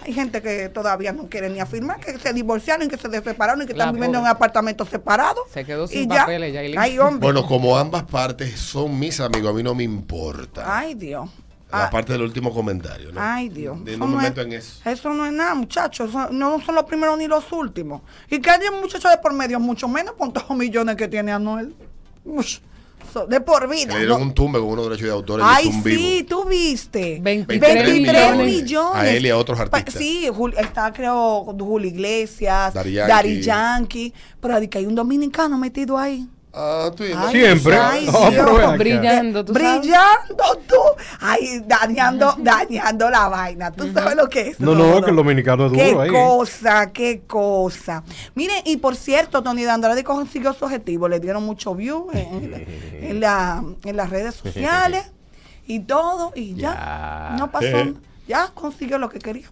[SPEAKER 2] Hay gente que todavía no quiere ni afirmar que se divorciaron y que se separaron y que
[SPEAKER 3] La
[SPEAKER 2] están viviendo en
[SPEAKER 3] pobre.
[SPEAKER 2] apartamentos separados.
[SPEAKER 3] Se quedó
[SPEAKER 2] Y
[SPEAKER 3] sin
[SPEAKER 2] ya.
[SPEAKER 3] papeles, Yailin.
[SPEAKER 2] Ay, hombre.
[SPEAKER 1] Bueno, como ambas partes son mis amigos, a mí no me importa.
[SPEAKER 2] Ay, Dios.
[SPEAKER 1] la
[SPEAKER 2] Ah,
[SPEAKER 1] parte del último comentario, ¿no?
[SPEAKER 2] Ay, Dios.
[SPEAKER 1] De-
[SPEAKER 2] Eso
[SPEAKER 1] no me
[SPEAKER 2] es-
[SPEAKER 1] meto en eso.
[SPEAKER 2] Eso no es nada, muchachos. Eso No son los primeros ni los últimos. Y que haya un muchacho de por medio, mucho menos con todos los millones que tiene Anuel. Ush, eso de por
[SPEAKER 1] Que
[SPEAKER 2] vida.
[SPEAKER 1] le dieron
[SPEAKER 2] no.
[SPEAKER 1] un tumbe con unos derechos de autor en
[SPEAKER 2] Ay,
[SPEAKER 1] YouTube
[SPEAKER 2] sí,
[SPEAKER 1] vivo.
[SPEAKER 2] tú viste.
[SPEAKER 3] 23
[SPEAKER 2] 23 millones.
[SPEAKER 3] millones.
[SPEAKER 1] A él y a otros artistas.
[SPEAKER 2] Pa- sí, Jul- está creo Julio Iglesias,
[SPEAKER 1] Daddy
[SPEAKER 2] Dari
[SPEAKER 1] Yankee.
[SPEAKER 2] Yankee. Pero ahí que hay un dominicano metido ahí.
[SPEAKER 1] Ah, tú y-
[SPEAKER 2] Ay,
[SPEAKER 4] Siempre.
[SPEAKER 2] ay,
[SPEAKER 4] <laughs> No,
[SPEAKER 2] Dios.
[SPEAKER 4] pero ven acá.
[SPEAKER 3] Brillando, tú sabes.
[SPEAKER 2] Brillando tú. Ay, dañando, dañando la vaina. ¿Tú sabes lo que es?
[SPEAKER 4] No, no, que el dominicano es
[SPEAKER 2] Qué
[SPEAKER 4] duro ahí.
[SPEAKER 2] cosa, qué cosa. Miren, y por cierto, Tony D'Andrade consiguió su objetivo. Le dieron mucho view en, en la- en las redes sociales y todo. Y ya,
[SPEAKER 4] Ya.
[SPEAKER 2] no pasó. Ya consiguió lo que quería.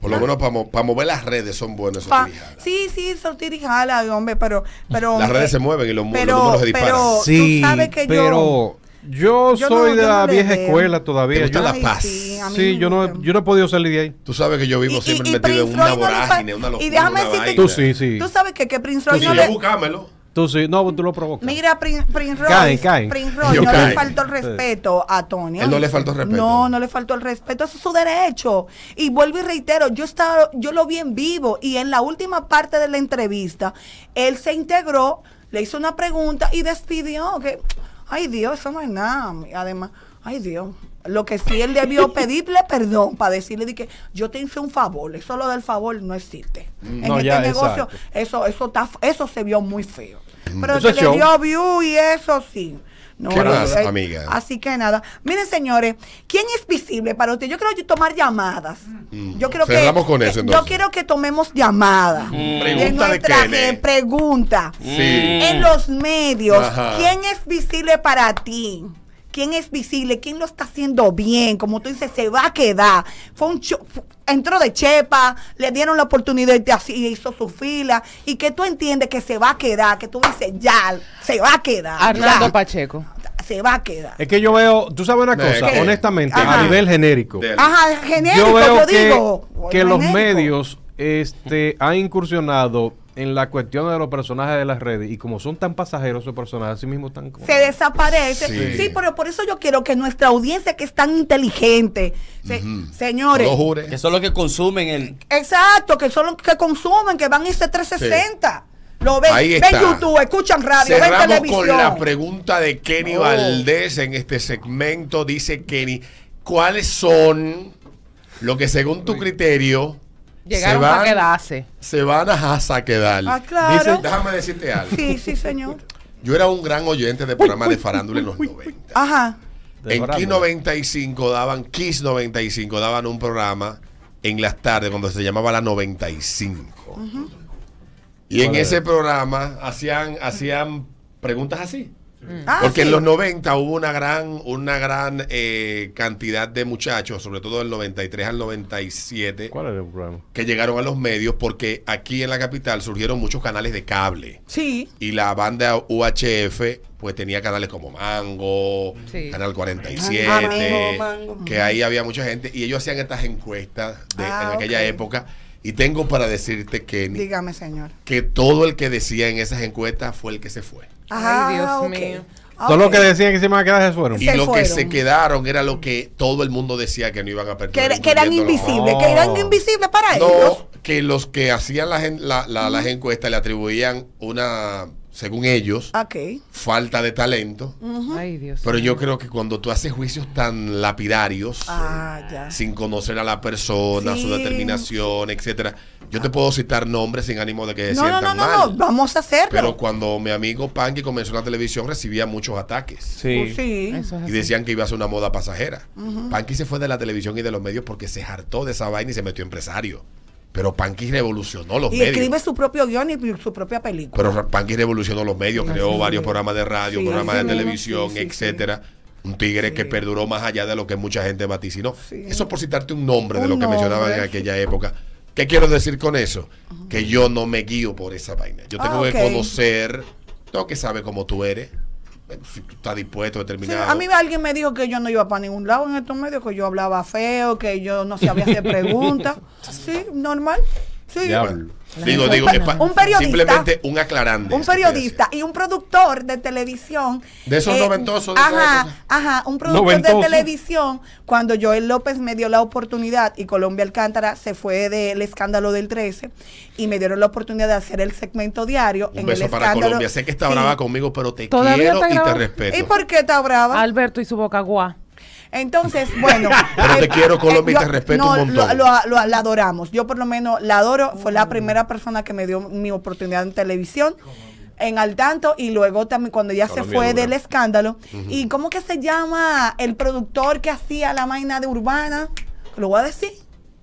[SPEAKER 1] Por lo menos para mover las redes son buenos esos
[SPEAKER 2] Pa-
[SPEAKER 1] tirijadas.
[SPEAKER 2] sí, sí, sortir y jala, hombre, pero... pero
[SPEAKER 1] Las redes
[SPEAKER 2] eh,
[SPEAKER 1] se mueven y los, mu- los
[SPEAKER 2] pero-
[SPEAKER 1] números se disparan.
[SPEAKER 2] pero- tú
[SPEAKER 4] Sí,
[SPEAKER 2] sabes que yo-
[SPEAKER 4] pero yo,
[SPEAKER 2] yo
[SPEAKER 4] soy
[SPEAKER 2] no-
[SPEAKER 4] de
[SPEAKER 2] yo
[SPEAKER 4] la
[SPEAKER 2] no le
[SPEAKER 4] vieja
[SPEAKER 2] veo.
[SPEAKER 4] escuela todavía.
[SPEAKER 1] ¿Te gusta
[SPEAKER 4] Yo-
[SPEAKER 1] la paz.
[SPEAKER 2] sí, a mí
[SPEAKER 4] sí,
[SPEAKER 2] me
[SPEAKER 4] yo no,
[SPEAKER 2] gusta.
[SPEAKER 4] yo no he podido salir de ahí.
[SPEAKER 1] Tú sabes que yo vivo
[SPEAKER 2] Y-
[SPEAKER 1] siempre
[SPEAKER 2] y- y
[SPEAKER 1] metido en
[SPEAKER 2] Prince
[SPEAKER 1] una
[SPEAKER 2] Roy no le pa-
[SPEAKER 1] vorágine, una locura,
[SPEAKER 2] y déjame
[SPEAKER 1] una
[SPEAKER 2] decirte-
[SPEAKER 1] vaina.
[SPEAKER 4] Tú sí, sí.
[SPEAKER 2] Tú sabes que, que Prince Roy
[SPEAKER 1] Sí,
[SPEAKER 2] no
[SPEAKER 1] yo
[SPEAKER 2] le...
[SPEAKER 1] buscámelo.
[SPEAKER 4] Tú sí, no, tú lo provocas.
[SPEAKER 2] Mira, Prin- Prince Royce,
[SPEAKER 4] Caen, caen.
[SPEAKER 2] Prince Royce,
[SPEAKER 1] Ellos
[SPEAKER 2] no
[SPEAKER 1] caen.
[SPEAKER 2] le faltó el respeto a Tony.
[SPEAKER 1] Él no le faltó el respeto.
[SPEAKER 2] No, no le faltó el respeto, eso es su derecho. Y vuelvo y reitero, yo estaba, yo lo vi en vivo y en la última parte de la entrevista, él se integró, le hizo una pregunta y despidió. Que, ay Dios, eso no es nada. Además, ay Dios. Lo que sí él
[SPEAKER 4] <laughs>
[SPEAKER 2] debió pedirle perdón para decirle de que yo te hice un favor, eso lo del favor no existe. en
[SPEAKER 4] Mm, No,
[SPEAKER 2] este
[SPEAKER 4] ya,
[SPEAKER 2] negocio,
[SPEAKER 4] exacto.
[SPEAKER 2] eso, eso, está, eso se vio muy feo. Pero
[SPEAKER 4] Eso
[SPEAKER 2] que
[SPEAKER 4] es
[SPEAKER 2] le
[SPEAKER 4] show.
[SPEAKER 2] dio view y eso sí. No,
[SPEAKER 1] Mm. ¿Qué
[SPEAKER 2] no,
[SPEAKER 1] más,
[SPEAKER 2] eh,
[SPEAKER 1] amiga?
[SPEAKER 2] Así que nada. Miren, señores, ¿quién es visible para usted? Yo quiero yo tomar llamadas.
[SPEAKER 1] Mm.
[SPEAKER 2] Yo quiero
[SPEAKER 1] Cerramos
[SPEAKER 2] que,
[SPEAKER 1] con
[SPEAKER 2] que-
[SPEAKER 1] eso, entonces. Mm.
[SPEAKER 2] Yo quiero que tomemos llamadas.
[SPEAKER 1] Pregunta de
[SPEAKER 2] nuestra
[SPEAKER 1] Kenneth.
[SPEAKER 2] gen- pregunta.
[SPEAKER 1] Sí.
[SPEAKER 2] En los medios,
[SPEAKER 1] Ajá.
[SPEAKER 2] ¿quién es visible para ti? ¿Quién es visible? ¿Quién lo está haciendo bien? Como tú dices, se va a quedar. Fue un cho- fu- entró de chepa, le dieron la oportunidad y te así- hizo su fila. Y que tú entiendes que se va a quedar, que tú dices, ya, se va a quedar.
[SPEAKER 3] Arnaldo
[SPEAKER 2] ya,
[SPEAKER 3] Pacheco.
[SPEAKER 2] se va a quedar.
[SPEAKER 4] Es que yo veo, tú sabes una
[SPEAKER 1] Eh,
[SPEAKER 4] cosa,
[SPEAKER 1] ¿qué?
[SPEAKER 4] honestamente,
[SPEAKER 2] Ajá.
[SPEAKER 4] a nivel genérico.
[SPEAKER 1] Del-
[SPEAKER 2] Ajá, genérico,
[SPEAKER 4] yo
[SPEAKER 2] yo,
[SPEAKER 4] veo que,
[SPEAKER 2] digo.
[SPEAKER 4] que los
[SPEAKER 2] genérico.
[SPEAKER 4] medios este, han incursionado en la cuestión de los personajes de las redes y como son tan pasajeros esos personajes, así mismo están como...
[SPEAKER 2] se desaparece.
[SPEAKER 1] Sí.
[SPEAKER 2] Sí. pero por eso yo quiero que nuestra audiencia que es tan inteligente, se- señores,
[SPEAKER 1] No lo jure.
[SPEAKER 5] Que son los que consumen el.
[SPEAKER 2] exacto, que son los que consumen, que van ese 360. Lo ven,
[SPEAKER 1] Ahí
[SPEAKER 2] ven
[SPEAKER 1] está.
[SPEAKER 2] YouTube, escuchan radio, ven
[SPEAKER 1] Cerramos
[SPEAKER 2] televisión. Oh.
[SPEAKER 1] con la pregunta de Kenny
[SPEAKER 2] No.
[SPEAKER 1] Valdés en este segmento. Dice Kenny, ¿cuáles son lo que según tu criterio
[SPEAKER 3] Llegaron para quedarse.
[SPEAKER 1] se van a saquedar?
[SPEAKER 2] Ah, claro.
[SPEAKER 1] Dice, déjame decirte algo.
[SPEAKER 2] Sí, sí, señor.
[SPEAKER 1] Yo era un gran oyente de programas de farándula en los 90.
[SPEAKER 2] Ajá.
[SPEAKER 4] De
[SPEAKER 1] en
[SPEAKER 4] farándula.
[SPEAKER 1] Kiss 95 daban, Kiss 95 daban un programa en las tardes cuando se llamaba la 95. Y en
[SPEAKER 4] ¿Cuál era?
[SPEAKER 1] ese programa hacían, hacían preguntas así.
[SPEAKER 3] Mm.
[SPEAKER 2] Ah,
[SPEAKER 1] Porque
[SPEAKER 2] sí.
[SPEAKER 1] en los 90 hubo una gran, una gran eh, cantidad de muchachos, sobre todo del 93 al 97,
[SPEAKER 4] ¿Cuál era el problema?
[SPEAKER 1] que llegaron a los medios porque aquí en la capital surgieron muchos canales de cable.
[SPEAKER 2] Sí.
[SPEAKER 1] Y la banda UHF pues tenía canales como Mango,
[SPEAKER 3] Sí.
[SPEAKER 1] Canal 47,
[SPEAKER 2] Ah, Mango, Mango.
[SPEAKER 1] que ahí había mucha gente y ellos hacían estas encuestas de,
[SPEAKER 2] Ah,
[SPEAKER 1] en aquella
[SPEAKER 2] ok.
[SPEAKER 1] época. Y tengo para decirte, Kenny,
[SPEAKER 2] Dígame, señor.
[SPEAKER 1] que todo el que decía en esas encuestas fue el que se fue.
[SPEAKER 2] Ajá,
[SPEAKER 3] Ay, Dios
[SPEAKER 2] ok.
[SPEAKER 3] mío.
[SPEAKER 2] Ah,
[SPEAKER 4] Todo lo
[SPEAKER 2] ok.
[SPEAKER 4] que decían que se iban a quedar se fueron.
[SPEAKER 1] Y
[SPEAKER 2] Se
[SPEAKER 1] lo que
[SPEAKER 2] fueron.
[SPEAKER 1] se quedaron era lo que todo el mundo decía que no iban a perder.
[SPEAKER 2] Que, era- que eran
[SPEAKER 1] incluyendo los-
[SPEAKER 2] invisibles,
[SPEAKER 4] No.
[SPEAKER 2] que eran invisibles para ellos.
[SPEAKER 1] No, que los que hacían las en- la- la- las encuestas le atribuían una, según ellos,
[SPEAKER 2] Ok.
[SPEAKER 1] falta de talento.
[SPEAKER 3] Ay, Dios.
[SPEAKER 1] Pero yo creo que cuando tú haces juicios tan lapidarios,
[SPEAKER 2] Ah, ya.
[SPEAKER 1] sin conocer a la persona, su
[SPEAKER 2] Sí.
[SPEAKER 1] determinación, etcétera, yo te puedo citar nombres sin ánimo de que se
[SPEAKER 2] No, no,
[SPEAKER 1] sientan
[SPEAKER 2] no,
[SPEAKER 1] mal.
[SPEAKER 2] no, no, vamos a hacerlo.
[SPEAKER 1] Pero cuando mi amigo Panky comenzó en la televisión, recibía muchos ataques.
[SPEAKER 2] Pues sí.
[SPEAKER 3] Eso es
[SPEAKER 1] Y
[SPEAKER 3] así.
[SPEAKER 1] decían que iba a ser una moda pasajera. Panky se fue de la televisión y de los medios porque se hartó de esa vaina y se metió empresario. Pero Panky revolucionó los
[SPEAKER 2] Y
[SPEAKER 1] medios.
[SPEAKER 2] escribe su propio guión y su propia película.
[SPEAKER 1] Pero Panky revolucionó los medios, creó
[SPEAKER 3] sí.
[SPEAKER 1] varios programas de radio,
[SPEAKER 2] Ah, Sí,
[SPEAKER 1] programas de
[SPEAKER 2] así mismo,
[SPEAKER 1] televisión,
[SPEAKER 2] sí, sí,
[SPEAKER 1] etcétera. Un tigre que perduró más allá de lo que mucha gente vaticinó.
[SPEAKER 2] Sí.
[SPEAKER 1] Eso por citarte un nombre de
[SPEAKER 2] Un
[SPEAKER 1] lo que mencionaban en
[SPEAKER 2] nombre.
[SPEAKER 1] aquella época. ¿Qué quiero decir con eso? Que yo no me guío por esa vaina. Yo
[SPEAKER 2] Ah,
[SPEAKER 1] tengo
[SPEAKER 2] ok.
[SPEAKER 1] que conocer, tengo que saber cómo tú eres, si tú estás dispuesto,
[SPEAKER 2] Sí,
[SPEAKER 1] determinado.
[SPEAKER 2] a mí alguien me dijo que yo no iba para ningún lado en estos medios, que yo hablaba feo, que yo no
[SPEAKER 1] <laughs>
[SPEAKER 2] sabía hacer preguntas. Sí, normal. Sí.
[SPEAKER 4] Diablo.
[SPEAKER 1] Digo,
[SPEAKER 2] Un
[SPEAKER 1] digo,
[SPEAKER 2] pe-
[SPEAKER 1] es pa-
[SPEAKER 2] un periodista.
[SPEAKER 1] simplemente un aclarante.
[SPEAKER 2] Un
[SPEAKER 1] es que estoy
[SPEAKER 2] periodista
[SPEAKER 1] haciendo.
[SPEAKER 2] y un productor de televisión. eh,
[SPEAKER 1] De esos noventosos, de esas cosas.
[SPEAKER 2] Ajá, ajá. Un productor
[SPEAKER 4] Noventoso.
[SPEAKER 2] de televisión, cuando Joel López me dio la oportunidad y Colombia Alcántara se fue del escándalo del 13 y me dieron la oportunidad de hacer el segmento diario.
[SPEAKER 1] Un beso para
[SPEAKER 2] escándalo.
[SPEAKER 1] Colombia. Sé que está
[SPEAKER 2] Sí.
[SPEAKER 1] brava conmigo, pero te
[SPEAKER 3] Todavía
[SPEAKER 1] quiero
[SPEAKER 3] está
[SPEAKER 1] y te
[SPEAKER 3] grabando.
[SPEAKER 1] respeto.
[SPEAKER 2] ¿Y por qué está brava?
[SPEAKER 3] Alberto y su boca guá.
[SPEAKER 1] <laughs>
[SPEAKER 2] Entonces, bueno.
[SPEAKER 1] Pero te
[SPEAKER 2] eh,
[SPEAKER 1] quiero, Colombia, y
[SPEAKER 2] yo-
[SPEAKER 1] te respeto
[SPEAKER 2] no,
[SPEAKER 1] un montón.
[SPEAKER 2] Lo, lo- lo- la adoramos. Yo, por lo menos, la adoro. Fue la primera persona que me dio mi oportunidad en televisión. En al tanto, y luego también cuando ya se
[SPEAKER 4] Colombia
[SPEAKER 2] fue
[SPEAKER 4] dura.
[SPEAKER 2] del escándalo. ¿Y cómo que se llama el productor que hacía la vaina de Urbana? Lo voy a decir.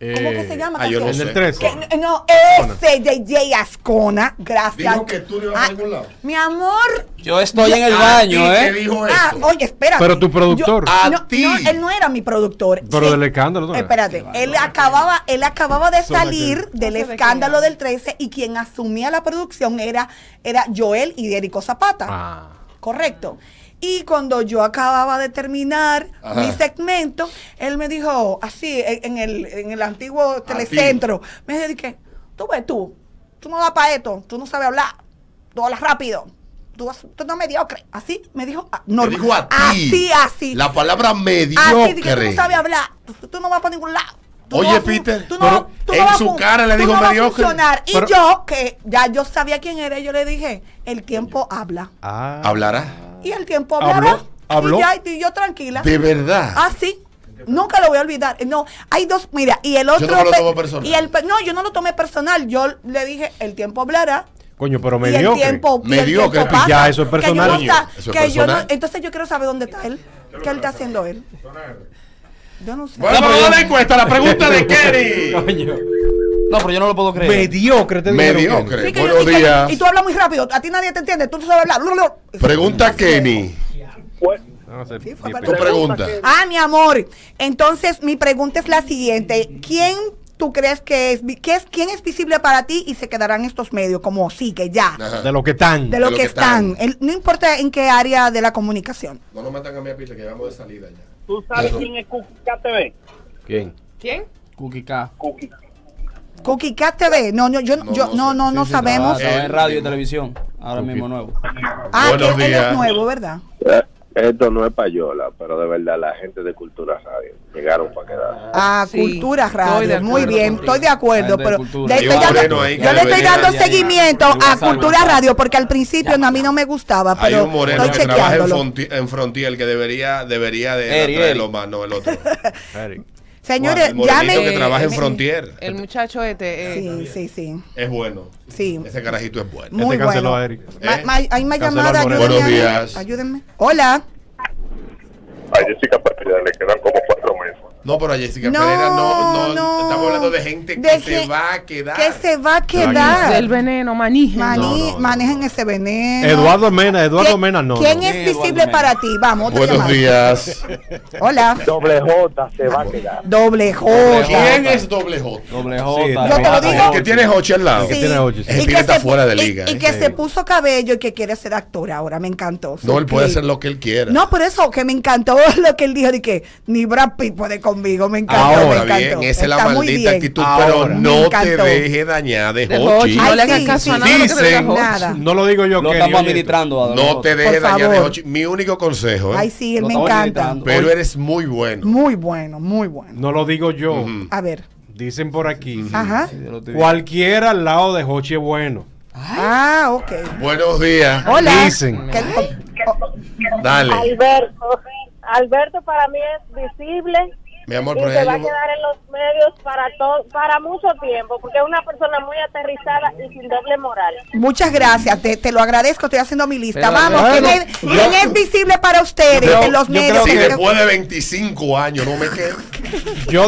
[SPEAKER 2] ¿Cómo que se
[SPEAKER 4] Eh,
[SPEAKER 2] llama?
[SPEAKER 1] ah, yo no
[SPEAKER 4] En
[SPEAKER 2] canción?
[SPEAKER 4] el 13.
[SPEAKER 2] Que- n- no, ese JJ Ascona, gracias.
[SPEAKER 1] Dijo que tú no ibas a
[SPEAKER 2] Ah,
[SPEAKER 1] ningún lado.
[SPEAKER 2] Mi amor.
[SPEAKER 5] Yo estoy en el baño,
[SPEAKER 1] ¿A ti te
[SPEAKER 5] ¿eh?
[SPEAKER 1] dijo
[SPEAKER 2] Ah,
[SPEAKER 1] eso?
[SPEAKER 2] oye, espérate.
[SPEAKER 4] Pero tu productor.
[SPEAKER 1] A
[SPEAKER 2] no,
[SPEAKER 1] ti.
[SPEAKER 2] no, él no era mi productor.
[SPEAKER 4] Pero
[SPEAKER 2] Sí.
[SPEAKER 4] del escándalo, ¿no?
[SPEAKER 2] Espérate, él acababa, él acababa de
[SPEAKER 4] Eso me
[SPEAKER 2] salir
[SPEAKER 4] entiendo.
[SPEAKER 2] del
[SPEAKER 3] No sé de
[SPEAKER 2] escándalo
[SPEAKER 3] qué
[SPEAKER 2] del 13 y quien asumía la producción era, era Joel y Derico Zapata.
[SPEAKER 4] Ah.
[SPEAKER 2] Correcto. Y cuando yo acababa de terminar
[SPEAKER 1] Ajá.
[SPEAKER 2] mi segmento, él me dijo, así, en en el, en el antiguo telecentro, me dije, tú ves tú, tú no vas para esto, tú no sabes hablar, tú hablas rápido, tú, has- tú no mediocre. Así me dijo. ah, normal.
[SPEAKER 1] dijo a ti.
[SPEAKER 2] Así, así.
[SPEAKER 1] La palabra
[SPEAKER 2] así, de que tú
[SPEAKER 1] mediocre.
[SPEAKER 2] no sabes hablar. Tú, tú no vas para ningún lado. Tú
[SPEAKER 1] Oye,
[SPEAKER 2] no vas a fun-
[SPEAKER 1] Peter,
[SPEAKER 2] tú no
[SPEAKER 1] pero
[SPEAKER 2] vas- tú no
[SPEAKER 1] en
[SPEAKER 2] vas a
[SPEAKER 1] su
[SPEAKER 2] fun-
[SPEAKER 1] cara le
[SPEAKER 2] tú
[SPEAKER 1] dijo
[SPEAKER 2] no vas a
[SPEAKER 1] mediocre.
[SPEAKER 2] funcionar. Y
[SPEAKER 4] Pero-
[SPEAKER 2] yo, que ya yo sabía quién era, yo le dije, el tiempo habla.
[SPEAKER 4] Ah,
[SPEAKER 1] Hablará.
[SPEAKER 2] Y el tiempo
[SPEAKER 4] Habló,
[SPEAKER 2] hablará.
[SPEAKER 4] habló.
[SPEAKER 2] Y ya, y yo tranquila.
[SPEAKER 1] De verdad.
[SPEAKER 2] Ah, sí. Nunca lo voy a olvidar. No, hay dos, mira, y el otro...
[SPEAKER 1] no me lo
[SPEAKER 2] pe-
[SPEAKER 1] tomo personal.
[SPEAKER 2] Y el, pe- no, yo no lo tomé personal. Yo le dije, el tiempo hablará.
[SPEAKER 4] coño, pero
[SPEAKER 2] Y el
[SPEAKER 4] mediocre.
[SPEAKER 2] tiempo, y el
[SPEAKER 1] Mediocre, pues
[SPEAKER 2] tiempo
[SPEAKER 1] y
[SPEAKER 2] pasa.
[SPEAKER 4] ya, eso es
[SPEAKER 2] Que yo
[SPEAKER 4] personal.
[SPEAKER 2] no
[SPEAKER 1] Coño,
[SPEAKER 2] sa-
[SPEAKER 1] eso es
[SPEAKER 2] que yo no-
[SPEAKER 1] personal.
[SPEAKER 2] entonces yo quiero saber dónde está él. ¿Qué él está haciendo él? Yo no sé.
[SPEAKER 1] Bueno,
[SPEAKER 5] No,
[SPEAKER 1] vamos
[SPEAKER 5] pero
[SPEAKER 1] a la
[SPEAKER 5] yo-
[SPEAKER 1] encuesta, la pregunta <laughs>
[SPEAKER 2] <laughs>
[SPEAKER 1] de Kerry.
[SPEAKER 4] Coño.
[SPEAKER 5] No, pero yo no lo puedo creer.
[SPEAKER 4] Mediocre, te dijeron,
[SPEAKER 1] Mediocre.
[SPEAKER 2] Sí, que yo-
[SPEAKER 1] Buenos
[SPEAKER 2] y que-
[SPEAKER 1] días.
[SPEAKER 2] y tú hablas muy rápido. A ti nadie te entiende. Tú no sabes hablar.
[SPEAKER 1] Pregunta a Kenny.
[SPEAKER 6] Pues,
[SPEAKER 4] Kenny. No, no sé,
[SPEAKER 2] Sí, fue
[SPEAKER 4] ni
[SPEAKER 2] para-
[SPEAKER 1] Tu
[SPEAKER 4] pe-
[SPEAKER 1] pregunta.
[SPEAKER 2] Ah, mi amor. Entonces, mi pregunta es la siguiente. ¿Quién tú crees que es, vi- qué es quién es visible para ti y se quedarán estos medios como sí que ya?
[SPEAKER 1] Ajá.
[SPEAKER 4] De lo que están.
[SPEAKER 2] De lo, que, están, El- no importa en qué área de la comunicación.
[SPEAKER 1] No nos metan a mí a Peter, que vamos de salida ya.
[SPEAKER 6] ¿tú sabes quién es Cookie Cat TV?
[SPEAKER 4] ¿Quién?
[SPEAKER 3] ¿Quién?
[SPEAKER 5] Cookie K.
[SPEAKER 6] Cookie.
[SPEAKER 2] Cookie Cat TV, no, no, yo, no,
[SPEAKER 1] No,
[SPEAKER 2] yo,
[SPEAKER 1] no
[SPEAKER 2] no,
[SPEAKER 1] sé.
[SPEAKER 2] no,
[SPEAKER 4] Sí,
[SPEAKER 2] no
[SPEAKER 5] Ah,
[SPEAKER 4] sí,
[SPEAKER 2] sabemos.
[SPEAKER 1] sí.
[SPEAKER 5] estaba
[SPEAKER 1] El
[SPEAKER 5] en radio y
[SPEAKER 1] mismo.
[SPEAKER 5] televisión. Ahora
[SPEAKER 4] Cookie.
[SPEAKER 5] mismo nuevo.
[SPEAKER 2] Ah, que
[SPEAKER 1] Buenos
[SPEAKER 2] él
[SPEAKER 1] días.
[SPEAKER 2] es nuevo, ¿verdad?
[SPEAKER 6] Eh, Esto no es payola, pero de verdad la gente de Cultura Radio llegaron para quedarse.
[SPEAKER 2] Ah,
[SPEAKER 3] Sí,
[SPEAKER 2] cultura
[SPEAKER 3] estoy de
[SPEAKER 2] radio,
[SPEAKER 3] acuerdo
[SPEAKER 2] muy bien,
[SPEAKER 3] contigo.
[SPEAKER 2] estoy de acuerdo,
[SPEAKER 5] Gente de
[SPEAKER 2] pero
[SPEAKER 5] cultura.
[SPEAKER 2] le
[SPEAKER 1] Hay
[SPEAKER 2] estoy
[SPEAKER 1] un
[SPEAKER 2] dando-
[SPEAKER 1] moreno ahí que
[SPEAKER 2] yo le estoy
[SPEAKER 1] debería-
[SPEAKER 2] dando
[SPEAKER 5] ya, ya,
[SPEAKER 2] seguimiento
[SPEAKER 5] ya, ya,
[SPEAKER 2] a
[SPEAKER 5] ya.
[SPEAKER 2] cultura radio porque al principio no, a mí no me gustaba,
[SPEAKER 1] Hay
[SPEAKER 2] Ah, pero
[SPEAKER 1] un moreno
[SPEAKER 2] estoy
[SPEAKER 1] que trabaja en,
[SPEAKER 2] chequeándolo.
[SPEAKER 1] Fonti- en Frontier que debería, debería de
[SPEAKER 5] Eri,
[SPEAKER 1] atraerlo
[SPEAKER 5] Eri.
[SPEAKER 1] más, no el
[SPEAKER 2] <laughs>
[SPEAKER 1] otro.
[SPEAKER 4] Eric.
[SPEAKER 2] Señores,
[SPEAKER 1] el morenito
[SPEAKER 2] llamen
[SPEAKER 1] que trabaja en
[SPEAKER 2] Eh,
[SPEAKER 1] Frontier.
[SPEAKER 3] El muchacho este. eh,
[SPEAKER 2] Sí, sí, sí.
[SPEAKER 1] Es bueno.
[SPEAKER 2] Sí.
[SPEAKER 1] Ese carajito es bueno.
[SPEAKER 2] Muy
[SPEAKER 4] Este canceló
[SPEAKER 2] bueno.
[SPEAKER 4] a Eric.
[SPEAKER 2] Ma-
[SPEAKER 1] ¿Eh?
[SPEAKER 2] ma- hay más
[SPEAKER 4] Canceló
[SPEAKER 2] llamadas,
[SPEAKER 4] al moreno.
[SPEAKER 2] ayúdenme.
[SPEAKER 1] Buenos
[SPEAKER 2] a-
[SPEAKER 1] días.
[SPEAKER 2] Ayúdenme. Hola.
[SPEAKER 6] A Jessica Pereira le quedan como cuatro meses.
[SPEAKER 1] No, pero a Jessica Pereira no, no, Estamos hablando de gente que se
[SPEAKER 2] gen-
[SPEAKER 1] va a quedar.
[SPEAKER 2] Que se va a
[SPEAKER 3] Del
[SPEAKER 2] quedar.
[SPEAKER 3] veneno, maní.
[SPEAKER 2] Maní-
[SPEAKER 1] No, no,
[SPEAKER 2] manejen ese veneno.
[SPEAKER 4] Eduardo Mena, Eduardo
[SPEAKER 2] ¿Quién-
[SPEAKER 4] Mena, no.
[SPEAKER 2] ¿Quién
[SPEAKER 4] no.
[SPEAKER 2] es
[SPEAKER 5] Sí, Eduardo
[SPEAKER 2] visible
[SPEAKER 5] Mena.
[SPEAKER 2] para ti? Vamos, otra
[SPEAKER 1] Buenos
[SPEAKER 2] llamada.
[SPEAKER 1] días.
[SPEAKER 2] Hola.
[SPEAKER 6] Doble J se va a quedar.
[SPEAKER 2] Doble
[SPEAKER 5] Doble
[SPEAKER 2] J.
[SPEAKER 5] J.
[SPEAKER 1] ¿Quién es doble J?
[SPEAKER 5] Doble
[SPEAKER 4] Sí,
[SPEAKER 5] J.
[SPEAKER 4] Yo
[SPEAKER 2] te lo
[SPEAKER 5] J,
[SPEAKER 2] digo.
[SPEAKER 5] J.
[SPEAKER 1] Que tiene Hochi al lado.
[SPEAKER 4] que tiene ocho, sí.
[SPEAKER 2] Y
[SPEAKER 1] El tigre está
[SPEAKER 2] se-
[SPEAKER 1] fuera de
[SPEAKER 2] y-
[SPEAKER 1] liga,
[SPEAKER 2] Y,
[SPEAKER 1] ¿eh?
[SPEAKER 2] que
[SPEAKER 1] Sí.
[SPEAKER 2] se puso cabello y que quiere ser actor ahora. Me encantó.
[SPEAKER 1] No, él puede
[SPEAKER 2] Sí.
[SPEAKER 1] hacer lo que él quiera.
[SPEAKER 2] No, pues, por eso que me encantó <laughs> lo que él dijo de que ni Brad Pitt puede conmigo. Me encantó. me
[SPEAKER 1] Ahora
[SPEAKER 2] encantó.
[SPEAKER 1] bien, esa es la
[SPEAKER 2] Está muy
[SPEAKER 1] maldita
[SPEAKER 2] bien.
[SPEAKER 1] actitud,
[SPEAKER 2] Ahora.
[SPEAKER 1] pero
[SPEAKER 2] Me
[SPEAKER 1] no te
[SPEAKER 2] encantó.
[SPEAKER 1] deje dañar de
[SPEAKER 3] De
[SPEAKER 1] Hochi.
[SPEAKER 3] Hochi.
[SPEAKER 2] Ay,
[SPEAKER 3] No le hagas
[SPEAKER 2] sí,
[SPEAKER 3] caso a
[SPEAKER 2] sí,
[SPEAKER 3] nada. de lo que le
[SPEAKER 1] dicen.
[SPEAKER 3] diga Hochi.
[SPEAKER 2] Nada.
[SPEAKER 4] No lo digo yo,
[SPEAKER 5] Lo
[SPEAKER 4] Kenny,
[SPEAKER 5] estamos
[SPEAKER 4] oye,
[SPEAKER 5] administrando.
[SPEAKER 1] No
[SPEAKER 5] a Doble
[SPEAKER 1] te
[SPEAKER 5] J.
[SPEAKER 1] deje
[SPEAKER 2] Por
[SPEAKER 1] dañar de
[SPEAKER 2] favor.
[SPEAKER 1] Hochi. Mi único consejo, ¿eh?
[SPEAKER 2] Ay, sí, él
[SPEAKER 5] Lo
[SPEAKER 2] me
[SPEAKER 5] estamos
[SPEAKER 2] encanta.
[SPEAKER 5] limitando.
[SPEAKER 1] Pero eres muy bueno.
[SPEAKER 2] Muy bueno, muy bueno.
[SPEAKER 4] No lo digo yo.
[SPEAKER 1] Ujú.
[SPEAKER 2] A ver.
[SPEAKER 4] Dicen por aquí.
[SPEAKER 2] Ajá.
[SPEAKER 5] Sí, yo lo estoy viendo.
[SPEAKER 4] Cualquiera al lado de Hochi es bueno.
[SPEAKER 2] Ah, ok.
[SPEAKER 1] Buenos días.
[SPEAKER 2] Hola.
[SPEAKER 4] Dicen.
[SPEAKER 2] ¿Qué- oh,
[SPEAKER 1] Dale.
[SPEAKER 7] Alberto. Alberto para mí es visible
[SPEAKER 1] Mi amor,
[SPEAKER 7] y
[SPEAKER 1] pero
[SPEAKER 7] se
[SPEAKER 1] ya
[SPEAKER 7] va a
[SPEAKER 1] yo-
[SPEAKER 7] quedar en los medios para todo, para mucho tiempo, porque es una persona muy aterrizada y sin doble moral.
[SPEAKER 2] Muchas gracias, te, te lo agradezco, estoy haciendo mi lista.
[SPEAKER 5] Pero,
[SPEAKER 2] Vamos,
[SPEAKER 4] bueno,
[SPEAKER 2] ¿quién es, quién es visible para ustedes
[SPEAKER 4] Yo-
[SPEAKER 2] en los
[SPEAKER 4] yo creo
[SPEAKER 2] medios?
[SPEAKER 1] Si
[SPEAKER 4] que-
[SPEAKER 1] después de 25 años no me quedo,
[SPEAKER 4] Yo